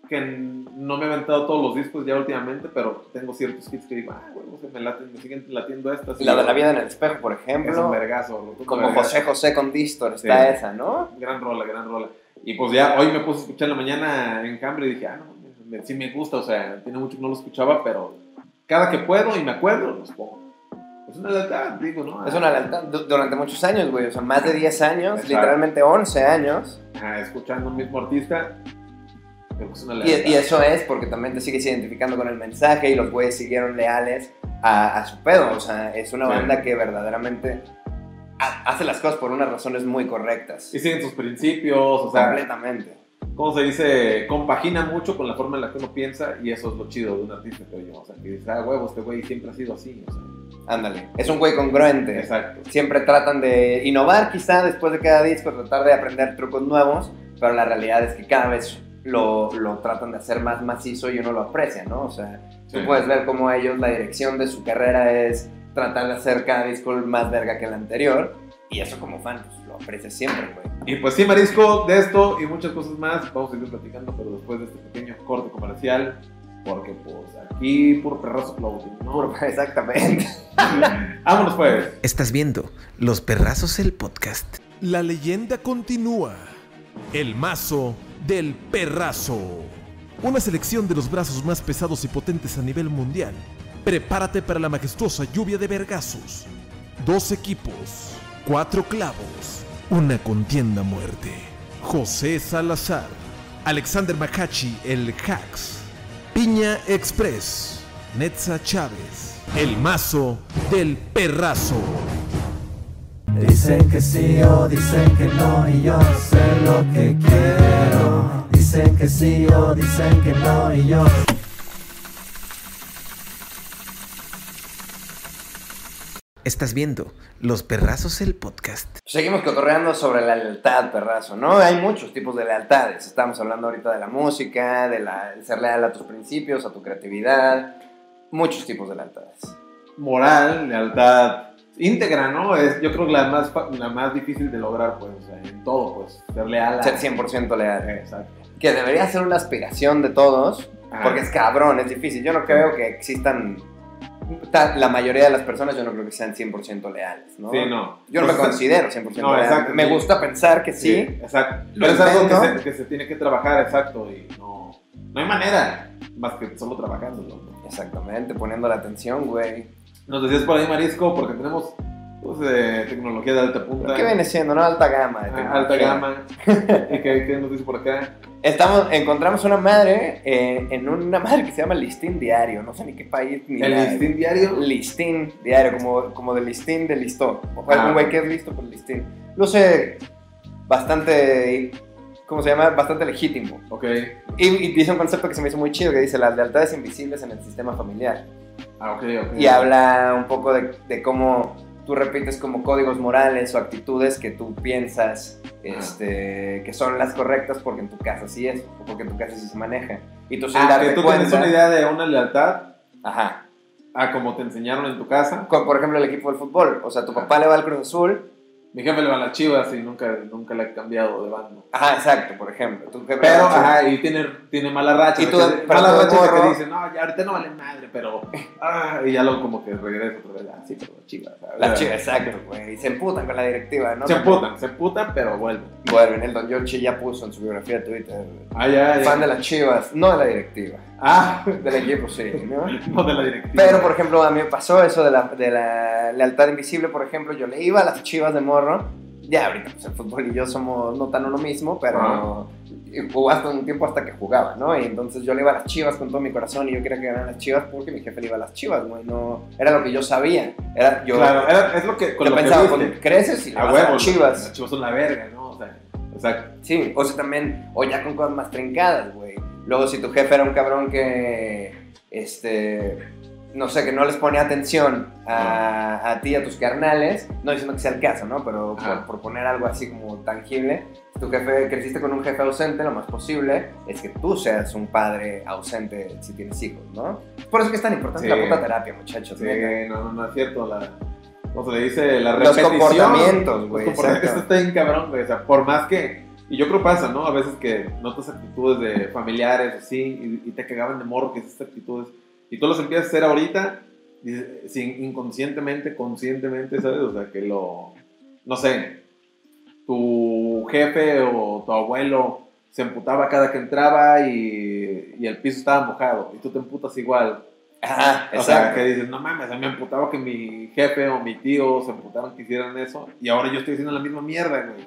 Speaker 1: que n- no me he aventado todos los discos ya últimamente, pero tengo ciertos hits que digo, ah, güey, o sea, me, laten, me siguen latiendo estas.
Speaker 2: La de la vida en el espejo, por
Speaker 1: Es un
Speaker 2: ejemplo,
Speaker 1: vergazo. loco, un
Speaker 2: como
Speaker 1: vergazo.
Speaker 2: José José con Distor, está
Speaker 1: Sí.
Speaker 2: esa, ¿no?
Speaker 1: Gran rola, gran rola. Y pues ya hoy me puse a escuchar en la mañana en Cambre y dije, ah, no, me- sí me gusta, o sea, tiene mucho que no lo escuchaba, pero cada que puedo y me acuerdo, los pongo. Es una lealtad, digo, ¿no?
Speaker 2: Es una lealtad du- durante muchos años, güey. O sea, más de 10 años,
Speaker 1: Exacto.
Speaker 2: literalmente 11 años.
Speaker 1: Ajá, escuchando un mismo artista, creo que es una
Speaker 2: Y,
Speaker 1: lealtad.
Speaker 2: y eso es porque también te sigues identificando con el mensaje y los güeyes siguieron leales a, a su pedo. O sea, es una
Speaker 1: Sí.
Speaker 2: banda que verdaderamente ha- hace las cosas por unas razones muy correctas.
Speaker 1: Y siguen sus principios, o sea,
Speaker 2: completamente.
Speaker 1: ¿cómo se dice? Compagina mucho con la forma en la que uno piensa y eso es lo chido de un artista, creo yo. O sea, que dices, ah, huevo, este güey siempre ha sido así. O sea,
Speaker 2: Ándale, es un güey congruente.
Speaker 1: exacto.
Speaker 2: Siempre tratan de innovar, quizá después de cada disco, tratar de aprender trucos nuevos, pero la realidad es que cada vez lo, lo tratan de hacer más macizo y uno lo aprecia, ¿no? O sea,
Speaker 1: Sí.
Speaker 2: tú puedes ver cómo ellos, la dirección de su carrera es tratar de hacer cada disco más verga que el anterior, y eso como fan, pues, lo aprecias siempre, güey.
Speaker 1: Y pues sí, Marisco, de esto y muchas cosas más vamos a seguir platicando, pero después de este pequeño corte comercial, porque pues aquí puro perrazo aplauso, ¿no?
Speaker 2: Exactamente.
Speaker 1: Vámonos pues.
Speaker 3: Estás viendo Los Perrazos el podcast.
Speaker 4: La leyenda continúa. El mazo del perrazo. Una selección de los brazos más pesados y potentes a nivel mundial. Prepárate para la majestuosa lluvia de vergazos. Dos equipos, cuatro clavos, una contienda a muerte. José Salazar, Alexander Macachi, el Hax, Piña Express, Netza Chávez, el mazo del perrazo.
Speaker 5: Dicen que sí o dicen que no y yo sé lo que quiero. Dicen que sí o dicen que no y yo
Speaker 3: Estás viendo Los Perrazos el podcast.
Speaker 2: Seguimos cotorreando sobre la lealtad, perrazo, ¿no? Hay muchos tipos de lealtades. Estamos hablando ahorita de la música, de la, el ser leal a tus principios, a tu creatividad. Muchos tipos de lealtades.
Speaker 1: moral, lealtad íntegra, ¿no? Es, yo creo que la más, fa- la más difícil de lograr, pues, o sea, en todo, pues, ser leal. a-
Speaker 2: Ser 100% leal.
Speaker 1: Exacto.
Speaker 2: Que debería ser una aspiración de todos,
Speaker 1: Ajá.
Speaker 2: Ah, porque es cabrón, es difícil. Yo no creo que existan... ta- La mayoría de las personas yo no creo que sean 100% leales, ¿no?
Speaker 1: Sí, no.
Speaker 2: Yo no me
Speaker 1: Pues,
Speaker 2: considero 100%
Speaker 1: No,
Speaker 2: leal.
Speaker 1: exacto,
Speaker 2: me
Speaker 1: sí.
Speaker 2: gusta pensar que sí,
Speaker 1: exacto.
Speaker 2: Lo
Speaker 1: Pero es algo que
Speaker 2: intento.
Speaker 1: se, que se tiene que trabajar, exacto, y no, no hay manera más que solo trabajándolo. ¿no?
Speaker 2: Exactamente, poniendo la atención, güey.
Speaker 1: Nos decías por ahí, Marisco, porque tenemos pues, eh, tecnología de alta punta.
Speaker 2: ¿Pero ¿Qué viene siendo, no? Alta gama. de
Speaker 1: Ah,
Speaker 2: tecnología.
Speaker 1: Alta gama. ¿Y qué, qué nos dice por acá?
Speaker 2: Estamos, encontramos una madre eh, en una madre que se llama Listín Diario. No sé ni qué país ni
Speaker 1: El
Speaker 2: nada.
Speaker 1: listín diario.
Speaker 2: Listín Diario, como, como de listín de listón. O sea,
Speaker 1: Ah.
Speaker 2: un güey que es listo, pues listín. Luce bastante, ¿cómo se llama? Bastante legítimo.
Speaker 1: Ok.
Speaker 2: Y, y dice un concepto que se me hizo muy chido, que dice las lealtades invisibles en el sistema familiar.
Speaker 1: Ah, ok, ok.
Speaker 2: y habla un poco de, de cómo tú repites como códigos morales o actitudes que tú piensas este, que son las correctas porque en tu casa sí es, o porque en tu casa sí se maneja. Y tú sin
Speaker 1: Ah, que
Speaker 2: darte
Speaker 1: tú tienes
Speaker 2: cuenta...
Speaker 1: una idea de una lealtad
Speaker 2: Ajá.
Speaker 1: a como te enseñaron en tu casa.
Speaker 2: Con, por ejemplo, el equipo del fútbol. O sea, tu papá le va al Cruz Azul.
Speaker 1: Mi jefe le va a las chivas y nunca, nunca le ha cambiado de bando.
Speaker 2: Ajá, exacto, por ejemplo. Tú que-
Speaker 1: Pero, ajá, y tiene, tiene mala racha.
Speaker 2: Y
Speaker 1: de
Speaker 2: tú-
Speaker 1: que-
Speaker 2: pero
Speaker 1: mala
Speaker 2: tú de
Speaker 1: racha de que
Speaker 2: morro-
Speaker 1: dice, no, ya ahorita no vale madre, pero. ah", y ya luego como que regresa otra vez. Ah, sí, pero las chivas. ¿sabes?
Speaker 2: La chica, exacto, güey. Y se emputan con la directiva, ¿no?
Speaker 1: Se emputan, se emputan, pero vuelven.
Speaker 2: Vuelven. El Don Giorgi ya puso en su biografía de Twitter.
Speaker 1: Ah, ya, ya.
Speaker 2: Fan de las chivas, no de la directiva.
Speaker 1: Ah,
Speaker 2: Del equipo, sí, ¿no?
Speaker 1: no de la directiva.
Speaker 2: Pero, por ejemplo, a mí me pasó eso de la, de la lealtad invisible, por ejemplo, yo le iba a las chivas de morro, ya ahorita pues, el fútbol y yo somos no tan uno mismo,
Speaker 1: Ah.
Speaker 2: pero jugó hasta un tiempo hasta que jugaba, ¿no? Y entonces yo le iba a las chivas con todo mi corazón y yo quería que ganaran las chivas porque mi jefe le iba a las chivas, güey, no, era lo que yo sabía, era yo...
Speaker 1: Claro, era- es lo que. Con
Speaker 2: yo
Speaker 1: lo
Speaker 2: pensaba,
Speaker 1: que
Speaker 2: con,
Speaker 1: viste. Ah,
Speaker 2: creces y le
Speaker 1: a
Speaker 2: vas
Speaker 1: huevo.
Speaker 2: a las chivas.
Speaker 1: Las chivas son la verga, ¿no? O sea, exacto.
Speaker 2: Sí, o sea, también, o ya con cosas más trincadas, güey. Luego, si tu jefe era un cabrón que, este, no sé, que no les ponía atención
Speaker 1: Ah.
Speaker 2: a, a ti y a tus carnales, no diciendo que sea el caso, ¿no? Pero por,
Speaker 1: Ajá.
Speaker 2: por poner algo así como tangible, si tu jefe, creciste con un jefe ausente, lo más posible es que tú seas un padre ausente si tienes hijos, ¿no? Por eso que es tan importante
Speaker 1: Sí.
Speaker 2: la puta terapia, muchachos.
Speaker 1: Sí,
Speaker 2: neta.
Speaker 1: no, no, no es cierto. La, ¿Cómo se le dice? La
Speaker 2: Los
Speaker 1: repetición.
Speaker 2: comportamientos,
Speaker 1: Los
Speaker 2: güey.
Speaker 1: comportamientos
Speaker 2: exacto.
Speaker 1: pues, está bien cabrón, güey. O sea, por más que. Y yo creo pasa, ¿no? A veces que notas actitudes de familiares así y, y te cagaban de morro que esas actitudes. Y tú los empiezas a hacer ahorita, y- sin, inconscientemente, conscientemente, ¿sabes? O sea, que lo. No sé. Tu jefe o tu abuelo se emputaba cada que entraba y, y el piso estaba mojado. Y tú te emputas igual.
Speaker 2: Ajá,
Speaker 1: O sea,
Speaker 2: Ah, exacto.
Speaker 1: que dices, no mames, a mí me emputaba que mi jefe o mi tío se emputaron que hicieran eso. Y ahora yo estoy haciendo la misma mierda, güey.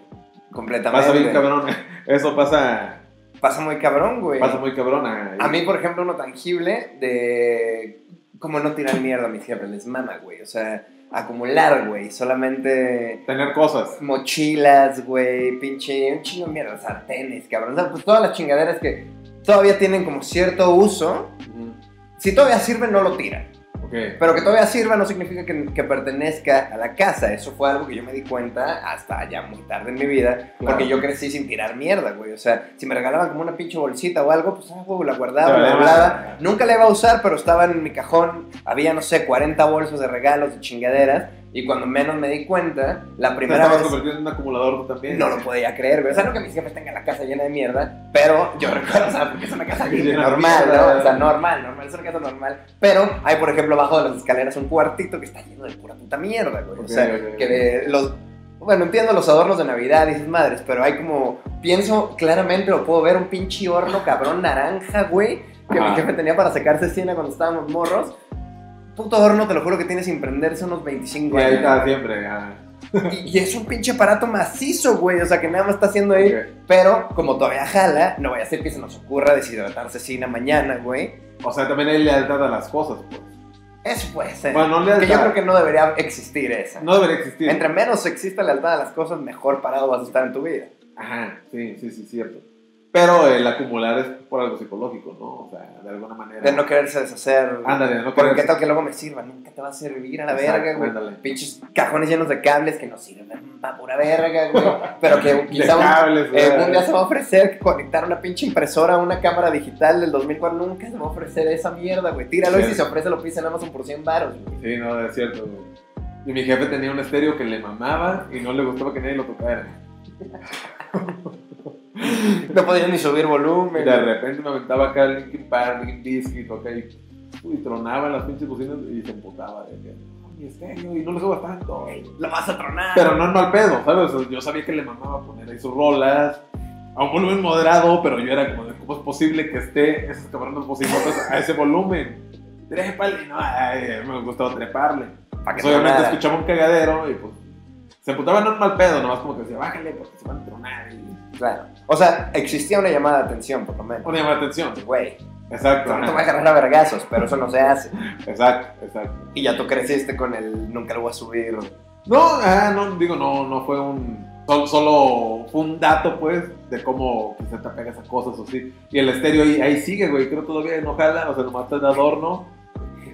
Speaker 2: Completamente.
Speaker 1: Pasa bien cabrón. Eso pasa,
Speaker 2: Pasa muy cabrón, güey.
Speaker 1: pasa muy cabrón. ah, A,
Speaker 2: A mí, por ejemplo, uno tangible de cómo no tirar mierda a mis jefes, les mama, güey. O sea, acumular, güey. Solamente
Speaker 1: Tener cosas.
Speaker 2: mochilas, güey, pinche, un chingo de mierda, sartenes, cabrón. O sea, pues todas las chingaderas que todavía tienen como cierto uso. Si todavía sirven, no lo tiran.
Speaker 1: Ok.
Speaker 2: Pero que todavía sirva no significa que, que pertenezca a la casa. Eso fue algo que yo me di cuenta hasta ya muy tarde en mi vida.
Speaker 1: Claro.
Speaker 2: Porque yo crecí sin tirar mierda, güey. O sea, si me regalaban como una pinche bolsita o algo, pues ah, güey, la guardaba,
Speaker 1: Te
Speaker 2: la
Speaker 1: valía
Speaker 2: doblaba.
Speaker 1: madre.
Speaker 2: Nunca la iba a usar, pero estaba en mi cajón. Había, no sé, 40 bolsos de regalos, de chingaderas. Y cuando menos me di cuenta, la
Speaker 1: Te
Speaker 2: primera
Speaker 1: estabas
Speaker 2: vez...
Speaker 1: convirtiendo en un acumulador tú también.
Speaker 2: No lo podía creer, güey. O sea, no que mis jefes tengan la casa llena de mierda, pero yo recuerdo, o sea, porque es una casa
Speaker 1: Llena de
Speaker 2: normal,
Speaker 1: mierda.
Speaker 2: ¿no? O sea, normal, normal, es una casa normal. Pero hay, por ejemplo, abajo de las escaleras un cuartito que está lleno de pura puta mierda, güey.
Speaker 1: Ok,
Speaker 2: o sea,
Speaker 1: ok,
Speaker 2: que de los. Bueno, entiendo los adornos de Navidad y esas madres, pero hay como. Pienso claramente, lo puedo ver, un pinche horno cabrón naranja, güey, que mi
Speaker 1: Ajá.
Speaker 2: jefe tenía para sacarse cena cuando estábamos morros. Puto horno, te lo juro que tiene sin prenderse unos 25
Speaker 1: Y ahí
Speaker 2: años.
Speaker 1: estaba siempre. ah.
Speaker 2: Y, y es un pinche aparato macizo, güey. O sea, que nada más está haciendo ahí.
Speaker 1: Ok.
Speaker 2: Pero como todavía jala, no vaya a ser que se nos ocurra deshidratarse cena mañana, güey.
Speaker 1: O sea, también hay lealtad a las cosas. Pues.
Speaker 2: Eso puede ser.
Speaker 1: Bueno, no
Speaker 2: que yo
Speaker 1: lealtad.
Speaker 2: creo que no debería existir esa.
Speaker 1: No debería existir.
Speaker 2: Entre menos exista la lealtad a las cosas, mejor parado vas a estar en tu vida.
Speaker 1: Ajá, sí, sí, sí, cierto. Pero el acumular es por algo psicológico, ¿no? O sea, de alguna manera.
Speaker 2: De no quererse deshacer.
Speaker 1: Ándale, no
Speaker 2: Porque qué
Speaker 1: quererse.
Speaker 2: tal que luego me sirva. Nunca te va a servir a la
Speaker 1: Exacto,
Speaker 2: verga, güey.
Speaker 1: ándale.
Speaker 2: Pinches cajones llenos de cables que no sirven para pura verga, güey. Pero que quizá
Speaker 1: de
Speaker 2: un-
Speaker 1: cables,
Speaker 2: Eh,
Speaker 1: güey.
Speaker 2: un día se va a ofrecer que conectar una pinche impresora a una cámara digital del 2004. Nunca se va a ofrecer esa mierda, güey. Tíralo y si
Speaker 1: Sí.
Speaker 2: se ofrece lo piden en Amazon por 100 baros, güey.
Speaker 1: Sí, no, es cierto, güey. Y mi jefe tenía un estéreo que le mamaba y no le gustaba que nadie lo tocara.
Speaker 2: No podían ni subir
Speaker 1: Y
Speaker 2: volumen.
Speaker 1: de repente me aventaba acá Linkin Park, Linkin Biscuit, ok. Y tronaba las pinches bocinas y se emputaba. De que, "No, mi estéreo, y no le subas tanto.
Speaker 2: Lo vas a tronar.
Speaker 1: Pero no en mal pedo, ¿sabes? O sea, Yo sabía que le mamaba poner ahí sus rolas a un volumen moderado, pero yo era como, de, ¿cómo es posible que esté esos cabrones bocinotas a ese volumen? Trépale, no, ay, me gustaba treparle.
Speaker 2: Pa' que
Speaker 1: Pues obviamente
Speaker 2: tronara.
Speaker 1: escuchaba un cagadero y pues se emputaba no en mal pedo, nomás como que decía, bájale porque se van a tronar. Y...
Speaker 2: Claro. O sea, existía una llamada de atención, por lo menos.
Speaker 1: No me llamó la atención.
Speaker 2: Güey,
Speaker 1: Exacto,
Speaker 2: no te
Speaker 1: ajá.
Speaker 2: voy a agarrar a vergazos, pero eso no se hace.
Speaker 1: exacto, exacto.
Speaker 2: Y ya tú creciste con el nunca lo voy a subir.
Speaker 1: No, ah, no, digo, no, no fue un... Solo, solo fue un dato, pues, de cómo quizá te pegas a cosas o sí. Y el estéreo ahí, ahí sigue, güey. Creo todavía no jala, o sea, nomás está de adorno.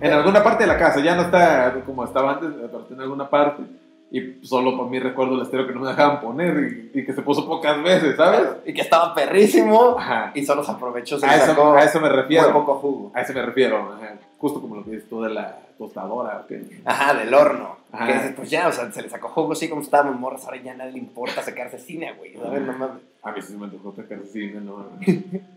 Speaker 1: En alguna parte de la casa, ya no está como estaba antes, pero está en alguna parte. Y solo para mí recuerdo el estéreo que no me dejaban poner y, y que se puso pocas veces, ¿sabes?
Speaker 2: Y que estaba perrísimo.
Speaker 1: Ajá.
Speaker 2: Y solo se aprovechó, se
Speaker 1: A
Speaker 2: le
Speaker 1: eso,
Speaker 2: sacó
Speaker 1: a eso me
Speaker 2: muy
Speaker 1: refiero.
Speaker 2: poco jugo.
Speaker 1: A eso me refiero. ajá. Justo como lo que dices tú de la tostadora. ¿ok?
Speaker 2: Ajá, del horno.
Speaker 1: Ajá.
Speaker 2: Que dices, pues ya, o sea, se le sacó jugo así como estábamos morras, ahora ya a nadie le importa sacarse cine, güey. ¿sabes? No mames.
Speaker 1: A mí sí me tocó tocar cine. ¿no?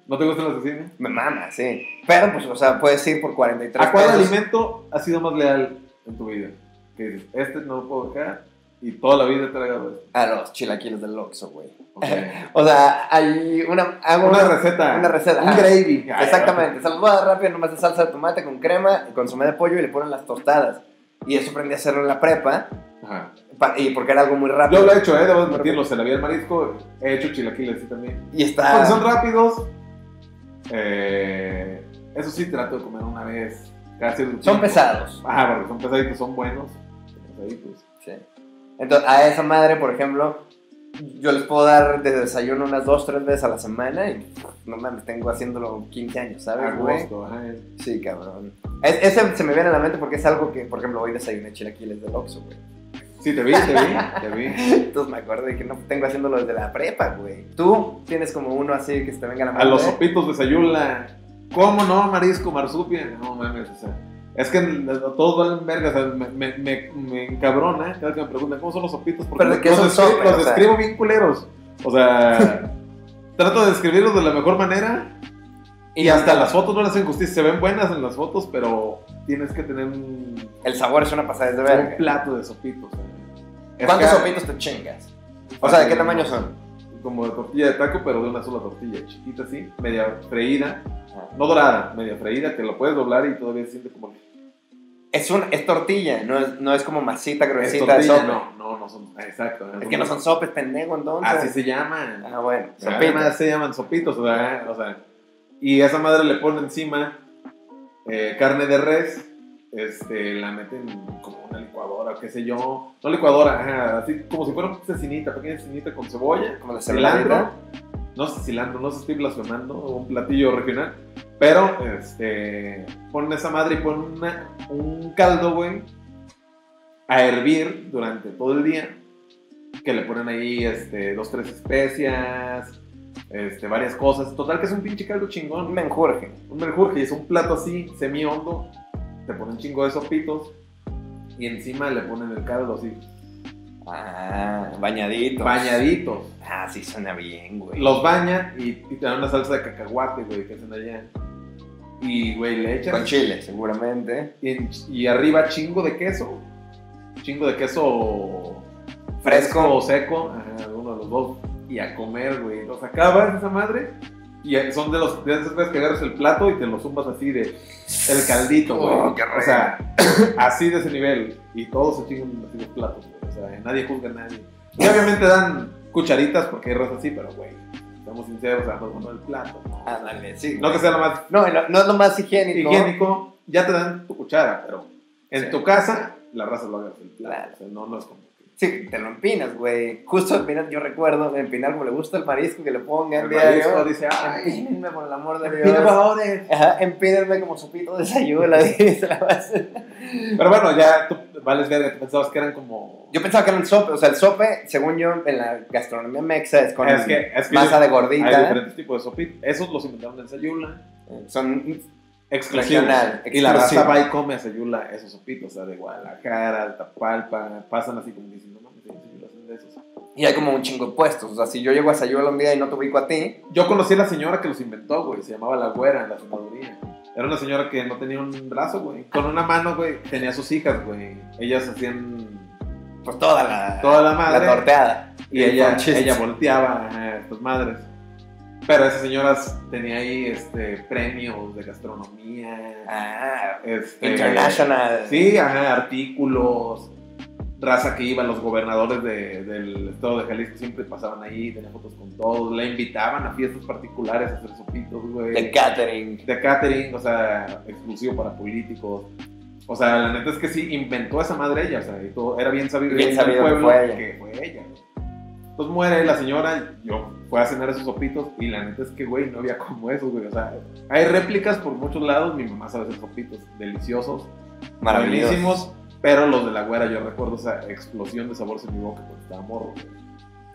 Speaker 1: ¿No te gustan los cine?
Speaker 2: Me mama, sí. Pero, pues, o sea, puedes ir por 43
Speaker 1: ¿A cuál
Speaker 2: pesos.
Speaker 1: alimento has sido más leal en tu vida? Que dices, este no lo puedo dejar y toda la vida he tragado esto.
Speaker 2: A los chilaquiles del Oxxo, güey.
Speaker 1: Ok.
Speaker 2: O sea, hay una... Hago
Speaker 1: Una receta.
Speaker 2: Una receta.
Speaker 1: Un
Speaker 2: ajá.
Speaker 1: gravy.
Speaker 2: Exactamente. Se los voy a dar rápido, nomás de salsa de tomate con crema, consomé de pollo y le ponen las tostadas. Y eso aprendí a hacerlo en la prepa,
Speaker 1: Ajá.
Speaker 2: pa- y porque era algo muy rápido.
Speaker 1: Yo lo he hecho, ¿eh? debo admitirlo. Se la vi al marisco. He hecho chilaquiles sí, también.
Speaker 2: Y está...
Speaker 1: Porque son rápidos. Eh, eso sí, trato de comer una vez. Casi al
Speaker 2: son
Speaker 1: tiempo.
Speaker 2: pesados.
Speaker 1: Ajá, Ah, porque son pesaditos, son buenos. Pesaditos.
Speaker 2: Sí. Entonces, a esa madre, por ejemplo, yo les puedo dar de desayuno unas dos, tres veces a la semana y no mames, tengo haciéndolo 15 años,
Speaker 1: A
Speaker 2: ¿sabes, güey?
Speaker 1: gusto, ajá.
Speaker 2: Sí, cabrón. Es- ese se me viene a la mente porque es algo que, por ejemplo, hoy desayuné chilaquiles del Oxxo, güey.
Speaker 1: Sí, te vi, te vi, te vi.
Speaker 2: Entonces me acuerdo de que no tengo haciéndolo desde la prepa, güey. Tú tienes como uno así que se te venga a la
Speaker 1: A
Speaker 2: mente.
Speaker 1: los sopitos de Sayula. ¿Cómo no, marisco, marsupia? No mames, o sea. Es que todos valen verga, o sea, me, me, me, me encabrona cada vez que me preguntan cómo son los sopitos, porque
Speaker 2: Pero de qué
Speaker 1: los,
Speaker 2: son
Speaker 1: descri- los
Speaker 2: sopas, o sea.
Speaker 1: describo bien culeros. O sea, trato de describirlos de la mejor manera y hasta las fotos no les hacen justicia. Se ven buenas en las fotos, pero tienes que tener un,
Speaker 2: El sabor es una pasada de
Speaker 1: un
Speaker 2: verga.
Speaker 1: plato de sopitos. o sea. Es
Speaker 2: ¿Cuántos
Speaker 1: que-
Speaker 2: sopitos te chingas? O sea, ¿de qué tamaño son?
Speaker 1: como de tortilla de taco, pero de una sola tortilla, chiquita así, media freída, no dorada, media freída, que lo puedes doblar y todavía se siente como
Speaker 2: Es, un, es tortilla, no es, no es como masita
Speaker 1: es
Speaker 2: gruesita de
Speaker 1: tortilla.
Speaker 2: sopa.
Speaker 1: No, no, no son, exacto.
Speaker 2: Es que no son sopes, pendejo, entonces.
Speaker 1: Así se llaman.
Speaker 2: Ah, bueno.
Speaker 1: Además
Speaker 2: Sopitas.
Speaker 1: se llaman sopitos, o sea, o sea, y a esa madre le pone encima eh, carne de res, este, la meten como una licuadora, qué sé yo. No licuadora, ajá, así como si fuera una cecinita, pequeña cecinita con cebolla,
Speaker 2: Como la
Speaker 1: cilantro.
Speaker 2: cebolladita.
Speaker 1: No sé cilantro, no sé si estoy blasfemando, un platillo regional. Pero, este, ponen esa madre y ponen una- un caldo, güey, a hervir durante todo el día. Que le ponen ahí, este, dos, tres especias, este, varias cosas. Total que es un pinche caldo chingón
Speaker 2: Un menjurje.
Speaker 1: un menjurje, es un plato así, semi-hondo, te ponen un chingo de sopitos y encima le ponen el caldo así,
Speaker 2: Ah, bañadito.
Speaker 1: bañaditos.
Speaker 2: Ah, sí, suena bien, güey.
Speaker 1: Los bañan y, y te dan una salsa de cacahuate, güey, que hacen allá. Y, güey, le echan.
Speaker 2: Con chile, seguramente.
Speaker 1: Y, en- y arriba chingo de queso, chingo de queso
Speaker 2: Fresco.
Speaker 1: o seco, ajá, uno de los dos. Y a comer, güey. Los acabas esa madre. Y son de los de esas veces que agarras el plato y te lo zumbas así de El caldito, güey.
Speaker 2: Oh, qué
Speaker 1: o sea, así de ese nivel. Y todos se chingan así los platos, güey. O sea, nadie juzga a nadie. Y obviamente dan cucharitas porque hay razas así, pero, güey, estamos sinceros, o sea, no, no el plato. ¿no?
Speaker 2: Ah, dale, sí.
Speaker 1: No que sea lo más
Speaker 2: No, no, no es lo más higiénico.
Speaker 1: higiénico, ya te dan tu cuchara, pero en
Speaker 2: Sí.
Speaker 1: tu casa la raza lo haga el plato.
Speaker 2: Claro.
Speaker 1: O sea, no, no es como que.
Speaker 2: Sí, te lo empinas, güey. Justo empinas, yo recuerdo, empinar como le gusta el marisco que le pongan.
Speaker 1: El
Speaker 2: diario.
Speaker 1: marisco dice, ay,
Speaker 2: Empínenme, por el amor de
Speaker 1: mira,
Speaker 2: Dios.
Speaker 1: favores.
Speaker 2: Ajá, empínenme como sopito de desayuno. dice la base.
Speaker 1: Pero bueno, ya tú vales verga, tú pensabas que eran como.
Speaker 2: yo pensaba que era un sope, o sea, el sope, según yo, en la gastronomía mexa es con
Speaker 1: es que, es que
Speaker 2: masa de
Speaker 1: hay
Speaker 2: gordita.
Speaker 1: diferentes tipos de sopit. Esos los inventaron en Sayula.
Speaker 2: Son
Speaker 1: Exclusivo.
Speaker 2: Regional,
Speaker 1: Y la raza
Speaker 2: exclusivo.
Speaker 1: va y come a Sayula esos sopitos, o sea, de Guadalajara, Altapalpa, pasan así como diciendo, no mames, en Sayula hacen de esos.
Speaker 2: Y hay como un chingo de puestos. O sea, si yo llego a Sayula un día y no te ubico a ti,
Speaker 1: Yo conocí a la señora que los inventó, güey, se llamaba La Güera en la senaduría. Era una señora que no tenía un brazo, güey. Con una mano, güey, tenía sus hijas, güey. Ellas hacían
Speaker 2: pues toda la,
Speaker 1: toda la
Speaker 2: la
Speaker 1: madre
Speaker 2: torteada.
Speaker 1: y ella,
Speaker 2: Con chistes.
Speaker 1: ella volteaba a estas madres. Pero esas señoras tenía ahí este, premios de gastronomía.
Speaker 2: Ah,
Speaker 1: este,
Speaker 2: international.
Speaker 1: Sí, ajá, artículos, raza que iba, los gobernadores de- del estado de Jalisco siempre pasaban ahí, tenían fotos con todos, la invitaban a fiestas particulares a hacer sopitos, güey.
Speaker 2: De catering.
Speaker 1: De catering, o sea, exclusivo para políticos. O sea, la neta es que sí, inventó esa madre ella, o sea, y todo, era bien sabido,
Speaker 2: Bien
Speaker 1: en el
Speaker 2: sabido que
Speaker 1: pueblo
Speaker 2: fue ella.
Speaker 1: que fue ella. güey. Entonces muere la señora, yo fui a cenar esos sopitos y la neta es que, güey, no había como esos, güey. O sea, hay réplicas por muchos lados, mi mamá sabe hacer sopitos deliciosos
Speaker 2: Maravilloso.
Speaker 1: buenísimos, pero los de la güera, yo recuerdo esa explosión de sabores en mi boca cuando estaba morro. güey.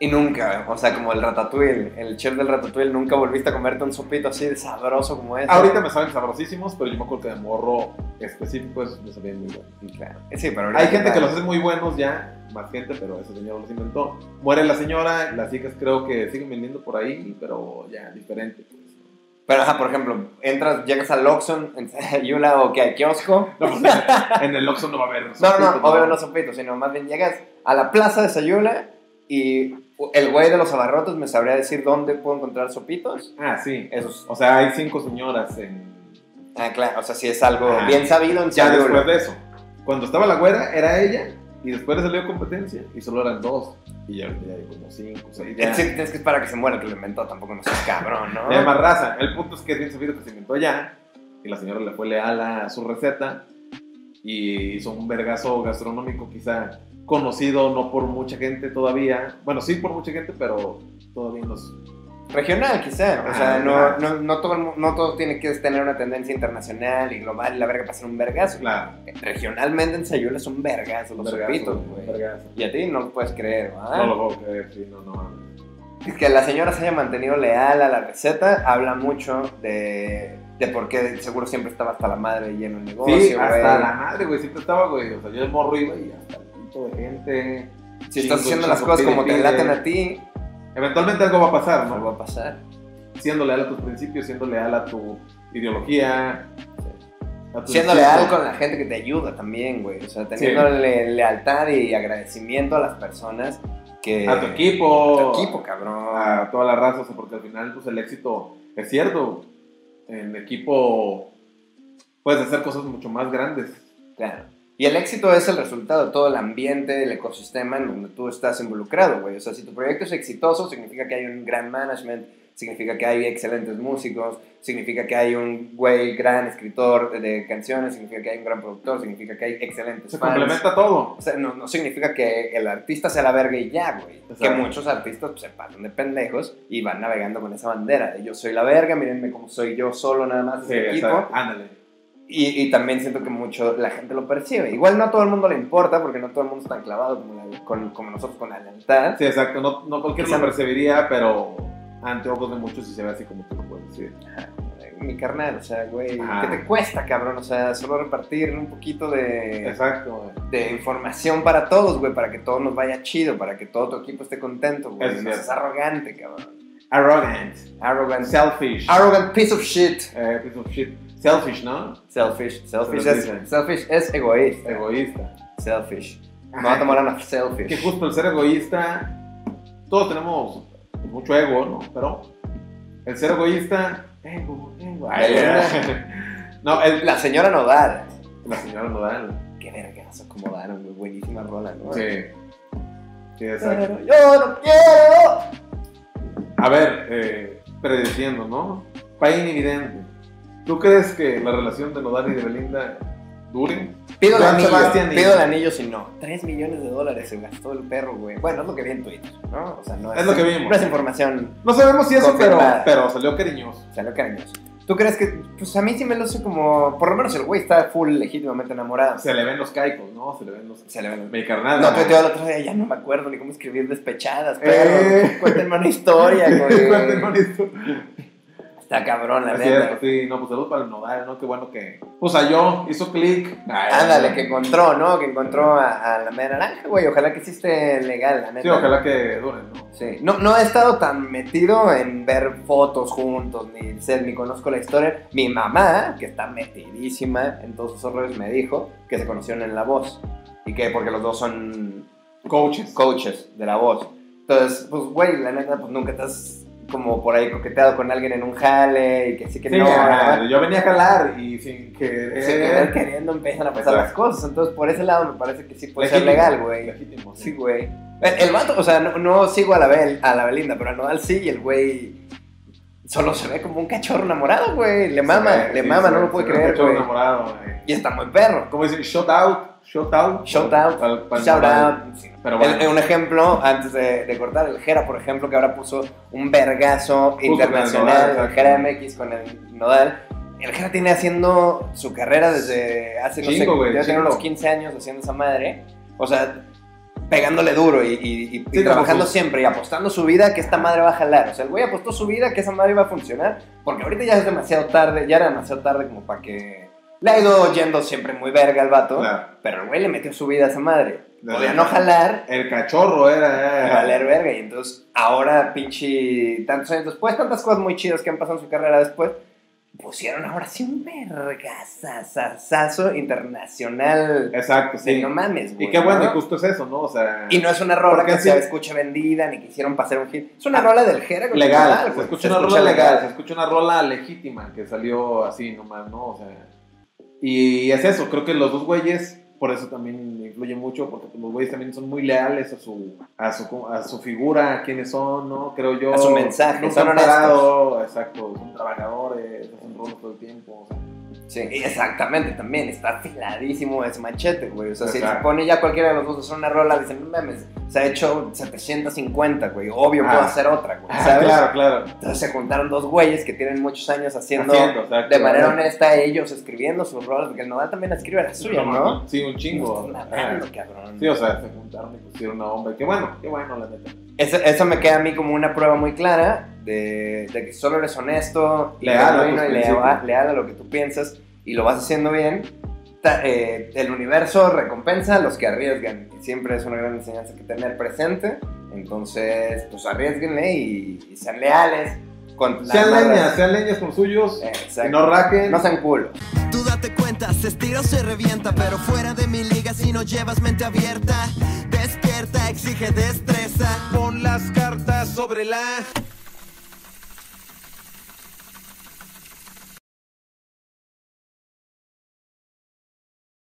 Speaker 2: Y nunca, o sea, como el ratatouille, el chef del ratatouille, nunca volviste a comerte un sopito así de sabroso como ese.
Speaker 1: Ahorita me saben sabrosísimos, pero yo me acuerdo que de morro específico esos me sabían muy buenos.
Speaker 2: Claro. Sí, pero ahorita
Speaker 1: Hay gente
Speaker 2: ya-
Speaker 1: que los hace muy buenos ya, más gente, pero ese señor los inventó. Muere la señora, las chicas creo que siguen vendiendo por ahí, pero ya diferente. pues.
Speaker 2: Pero, ajá, por ejemplo, entras, llegas al Oxxon en Sayula o que al kiosco.
Speaker 1: No, pues, en- en el Oxxo no va a haber.
Speaker 2: No, no,
Speaker 1: sopitos,
Speaker 2: no, obvio no sopito, sino más bien llegas a la plaza de Sayula y el güey de los abarrotes me sabría decir dónde puedo encontrar sopitos.
Speaker 1: Ah, sí.
Speaker 2: Esos.
Speaker 1: O sea, hay cinco señoras en,
Speaker 2: Ah, claro, o sea, sí es algo
Speaker 1: Ajá.
Speaker 2: bien sabido en
Speaker 1: Ah, Ya
Speaker 2: Sayula.
Speaker 1: después de eso, cuando estaba la güera, era ella, y después le salió competencia, y solo eran dos. Y ya, ya hay como cinco, seis, ya.
Speaker 2: Sí, tienes que esperar a que se muera el que lo inventó, tampoco no seas cabrón, ¿no?
Speaker 1: Ya hay más raza. El punto es que es bien sabido que se inventó ya, y la señora le fue leal a su receta, y hizo un vergazo gastronómico quizá conocido, no por mucha gente todavía. Bueno, sí por mucha gente, pero todavía no es-
Speaker 2: Regional, quizá. O sea,
Speaker 1: Ajá,
Speaker 2: no,
Speaker 1: claro.
Speaker 2: no, no, todo, el mu- no todo tiene que tener una tendencia internacional y global y la verga para ser un vergazo.
Speaker 1: Claro,
Speaker 2: Regionalmente en Sayula es un vergazo
Speaker 1: un
Speaker 2: los
Speaker 1: vergazo,
Speaker 2: sopitos,
Speaker 1: un
Speaker 2: güey. Ah.
Speaker 1: vergazo.
Speaker 2: Y a ti no lo puedes creer, ¿verdad?
Speaker 1: No lo puedo creer, sí, no, no mames.
Speaker 2: Es que la señora se haya mantenido leal a la receta habla mucho de, de por qué seguro siempre estaba hasta la madre lleno el negocio,
Speaker 1: Sí,
Speaker 2: güey.
Speaker 1: hasta la madre, güey, siempre estaba, güey. O sea, yo de morro iba y hasta el pito de gente.
Speaker 2: Si estás
Speaker 1: chingo,
Speaker 2: haciendo
Speaker 1: chingo,
Speaker 2: las cosas
Speaker 1: pide,
Speaker 2: como te
Speaker 1: pide.
Speaker 2: laten a ti,
Speaker 1: Eventualmente algo va a pasar,
Speaker 2: algo
Speaker 1: ¿no?
Speaker 2: va a pasar.
Speaker 1: Siendo leal a tus principios, siendo leal a tu ideología. a tu
Speaker 2: Siendo
Speaker 1: instinto.
Speaker 2: leal con la gente que te ayuda también, güey. O sea, teniendo lealtad y agradecimiento a las personas que...
Speaker 1: A tu equipo.
Speaker 2: a eh, tu equipo, cabrón.
Speaker 1: A toda la raza, o sea, porque al final, pues el éxito es cierto. En equipo puedes hacer cosas mucho más grandes.
Speaker 2: Claro. Y el éxito es el resultado de todo el ambiente, el ecosistema en donde tú estás involucrado, güey. O sea, si tu proyecto es exitoso, significa que hay un gran management, significa que hay excelentes músicos, significa que hay un güey gran escritor de canciones, significa que hay un gran productor, significa que hay excelentes
Speaker 1: Se
Speaker 2: fans.
Speaker 1: complementa todo.
Speaker 2: O sea, no, no significa que el artista sea la verga y ya, güey. Que
Speaker 1: Exacto.
Speaker 2: muchos artistas pues, se pasan de pendejos y van navegando con esa bandera de yo soy la verga, mírenme cómo soy yo solo nada más
Speaker 1: Sí,
Speaker 2: de
Speaker 1: o
Speaker 2: equipo.
Speaker 1: sea, ándale.
Speaker 2: Y, y también siento que mucho la gente lo percibe. Igual no a todo el mundo le importa porque no todo el mundo está tan clavado como, la- con- como nosotros con la lealtad.
Speaker 1: Sí, exacto. No, no cualquiera lo percibiría, pero ante ojos de muchos sí se ve así como tú lo puedes decir.
Speaker 2: Mi carnal, o sea, güey,
Speaker 1: Ajá.
Speaker 2: ¿qué te cuesta, cabrón? O sea, solo repartir un poquito de,
Speaker 1: Exacto. güey.
Speaker 2: de información para todos, güey, para que todo nos vaya chido, para que todo tu equipo esté contento, güey.
Speaker 1: Eso es
Speaker 2: No
Speaker 1: cierto.
Speaker 2: seas arrogante, cabrón.
Speaker 1: Arrogant.
Speaker 2: Arrogant.
Speaker 1: Selfish.
Speaker 2: Arrogant piece of shit.
Speaker 1: Eh, piece of shit. Selfish, ¿no?
Speaker 2: Selfish. Selfish,
Speaker 1: Se lo dicen.
Speaker 2: es, selfish es egoísta.
Speaker 1: Egoísta.
Speaker 2: Selfish. Me voy a tomar una selfish.
Speaker 1: Que justo el ser egoísta, todos tenemos mucho ego, ¿no? Pero el ser egoísta, ego, ego. Ay, eh. no, el- la,
Speaker 2: La señora Nodal.
Speaker 1: la señora Nodal.
Speaker 2: Qué vergazo acomodaron, güey. Buenísima rola, ¿no?
Speaker 1: Sí. Sí, exacto.
Speaker 2: Pero yo no quiero.
Speaker 1: A ver, eh, predeciendo, ¿no? Pain evidente. ¿Tú crees que la relación de Nodal y de Belinda dure?
Speaker 2: Pido el
Speaker 1: Juan
Speaker 2: anillo.
Speaker 1: Sebastián y-
Speaker 2: Pido el anillo si no. 3 millones de dólares se gastó el perro, güey. Bueno, es lo que vi en Twitter, ¿no? O sea, no es,
Speaker 1: Es lo que vimos.
Speaker 2: No es información.
Speaker 1: No sabemos si eso, pero,
Speaker 2: Confirmada.
Speaker 1: pero salió cariñoso.
Speaker 2: O sea, no cariñoso. ¿Tú crees que.? Pues a mí sí me lo hace como. Por lo menos el güey está full legítimamente enamorado.
Speaker 1: Se le ven los caicos, ¿no? Se le ven los...
Speaker 2: Se le ven los-
Speaker 1: Mi carnal.
Speaker 2: No, tuiteó el otro día, ya no me acuerdo ni cómo escribir despechadas, pero
Speaker 1: Eh.
Speaker 2: cuéntenme una historia,
Speaker 1: Cuéntenme
Speaker 2: güey.
Speaker 1: esto.
Speaker 2: Está cabrón, la
Speaker 1: Es
Speaker 2: neta.
Speaker 1: cierto, sí, no, pues salud para el Nodal, ¿no? Qué bueno que. Pues halló, hizo clic. Ay,
Speaker 2: Ándale,
Speaker 1: ay.
Speaker 2: que encontró, ¿no? Que encontró a, a la media naranja, güey. Ojalá que hiciste legal, la neta.
Speaker 1: Sí, ojalá que duren, ¿no?
Speaker 2: Sí. No, no he estado tan metido en ver fotos juntos, ni ser, ni conozco la historia. Mi mamá, que está metidísima en todos esos roles, me dijo que se conocieron en La Voz. Y que porque los dos son
Speaker 1: Coaches.
Speaker 2: coaches de La Voz. Entonces, pues, güey, la neta, pues nunca estás como por ahí coqueteado con alguien en un jale y que sí que
Speaker 1: Sí,
Speaker 2: no.
Speaker 1: ah,
Speaker 2: ¿verdad?
Speaker 1: yo venía a jalar y sin querer.
Speaker 2: Sin querer queriendo empiezan a pasar
Speaker 1: Exacto.
Speaker 2: las cosas. Entonces, por ese lado me parece que sí puede ser
Speaker 1: Legítimo,
Speaker 2: legal, güey.
Speaker 1: legítimo,
Speaker 2: Sí, güey. El, el vato, o sea, no, no sigo a la, Bel, a la Belinda, pero a Nodal sí, y el güey solo se ve como un cachorro enamorado, güey. Le mama,
Speaker 1: Sí,
Speaker 2: le
Speaker 1: sí,
Speaker 2: mama,
Speaker 1: sí,
Speaker 2: no lo
Speaker 1: sí,
Speaker 2: puede
Speaker 1: sí,
Speaker 2: creer,
Speaker 1: estoy
Speaker 2: güey.
Speaker 1: enamorado, güey.
Speaker 2: Y está muy perro.
Speaker 1: ¿Cómo dicen? Shut out. Shut out.
Speaker 2: Shout out,
Speaker 1: Para- para el
Speaker 2: shout
Speaker 1: Nodal.
Speaker 2: out. Sí.
Speaker 1: Pero bueno.
Speaker 2: El- un ejemplo, antes de, de cortar, el Jera, por ejemplo, que ahora puso un vergazo
Speaker 1: el Nodal,
Speaker 2: internacional, el
Speaker 1: exacto.
Speaker 2: Jera MX con el Nodal. El Jera tiene haciendo su carrera desde hace, no
Speaker 1: Chingo,
Speaker 2: sé,
Speaker 1: güey,
Speaker 2: debe tener
Speaker 1: chingo.
Speaker 2: unos 15 años haciendo esa madre. O sea, pegándole duro y, y- y- y
Speaker 1: Sí,
Speaker 2: trabajando
Speaker 1: trabajó.
Speaker 2: siempre y apostando su vida que esta madre va a jalar. O sea, el güey apostó su vida que esa madre iba a funcionar porque ahorita ya es demasiado tarde, ya era demasiado tarde como para que... Le ha ido yendo siempre muy verga al vato,
Speaker 1: Claro.
Speaker 2: pero el güey le metió su vida a esa madre.
Speaker 1: Desde-
Speaker 2: Podía no jalar,
Speaker 1: El cachorro era. eh.
Speaker 2: valer verga. Y entonces, ahora, pinche, tantos años después, tantas cosas muy chidas que han pasado en su carrera después, pusieron ahora sí un vergazazazazo internacional.
Speaker 1: Exacto,
Speaker 2: Sí,
Speaker 1: sí.
Speaker 2: no mames, güey.
Speaker 1: Y qué bueno, y
Speaker 2: ¿no?
Speaker 1: justo es eso, ¿no? O sea.
Speaker 2: Y no es una rola
Speaker 1: Porque
Speaker 2: que
Speaker 1: sí. Ah.
Speaker 2: se escuche vendida, ni que hicieron pasar un hit. Es una rola del género.
Speaker 1: legal. Se escucha una rola legal, se escucha una rola legítima que salió así nomás, ¿no? O sea, y es eso, creo que los dos güeyes, por eso también influye mucho, porque los güeyes también son muy leales a su, a su, a su figura, a quienes son, ¿no? Creo yo.
Speaker 2: A su mensaje,
Speaker 1: nunca
Speaker 2: son
Speaker 1: han parado, exacto, son trabajadores, hacen rolas todo el tiempo. o sea,
Speaker 2: Sí, y exactamente, también está afiladísimo ese machete, güey. O sea, si se
Speaker 1: Exacto.
Speaker 2: pone ya cualquiera de los dos a hacer una rola, dicen, no mames, se ha hecho 750, güey. Obvio,
Speaker 1: Ah.
Speaker 2: puedo hacer otra, güey.
Speaker 1: Ah,
Speaker 2: ¿sabes?
Speaker 1: claro, claro.
Speaker 2: Entonces se juntaron dos güeyes que tienen muchos años haciendo,
Speaker 1: Haciendo, exacto.
Speaker 2: de manera honesta ellos escribiendo sus roles, porque el Nodal también escribe la suya, ¿no?
Speaker 1: Sí, un
Speaker 2: No
Speaker 1: chingo. Ah,
Speaker 2: estás mamando, cabrón.
Speaker 1: Sí, o sea, se juntaron y pusieron una bomba. y Qué bueno, qué bueno, la neta.
Speaker 2: Eso, eso me queda a mí como una prueba muy clara de, de que solo eres honesto, y
Speaker 1: Leal a
Speaker 2: genuino
Speaker 1: tus
Speaker 2: y lea- leal,
Speaker 1: principios.
Speaker 2: a lo que tú piensas y lo vas haciendo bien. Ta- eh, el universo recompensa a los que arriesgan. y Siempre es una gran enseñanza que tener presente. Entonces, pues arriesguenle y, y sean leales. Con las
Speaker 1: Sean leñas,
Speaker 2: barras.
Speaker 1: sean leñas con suyos.
Speaker 2: Exacto.
Speaker 1: que no raquen.
Speaker 2: No sean culos.
Speaker 6: Tú date cuenta, se estira o se revienta, pero fuera de mi liga si no llevas mente abierta. Despierta, exige destreza.
Speaker 4: Pon las cartas sobre la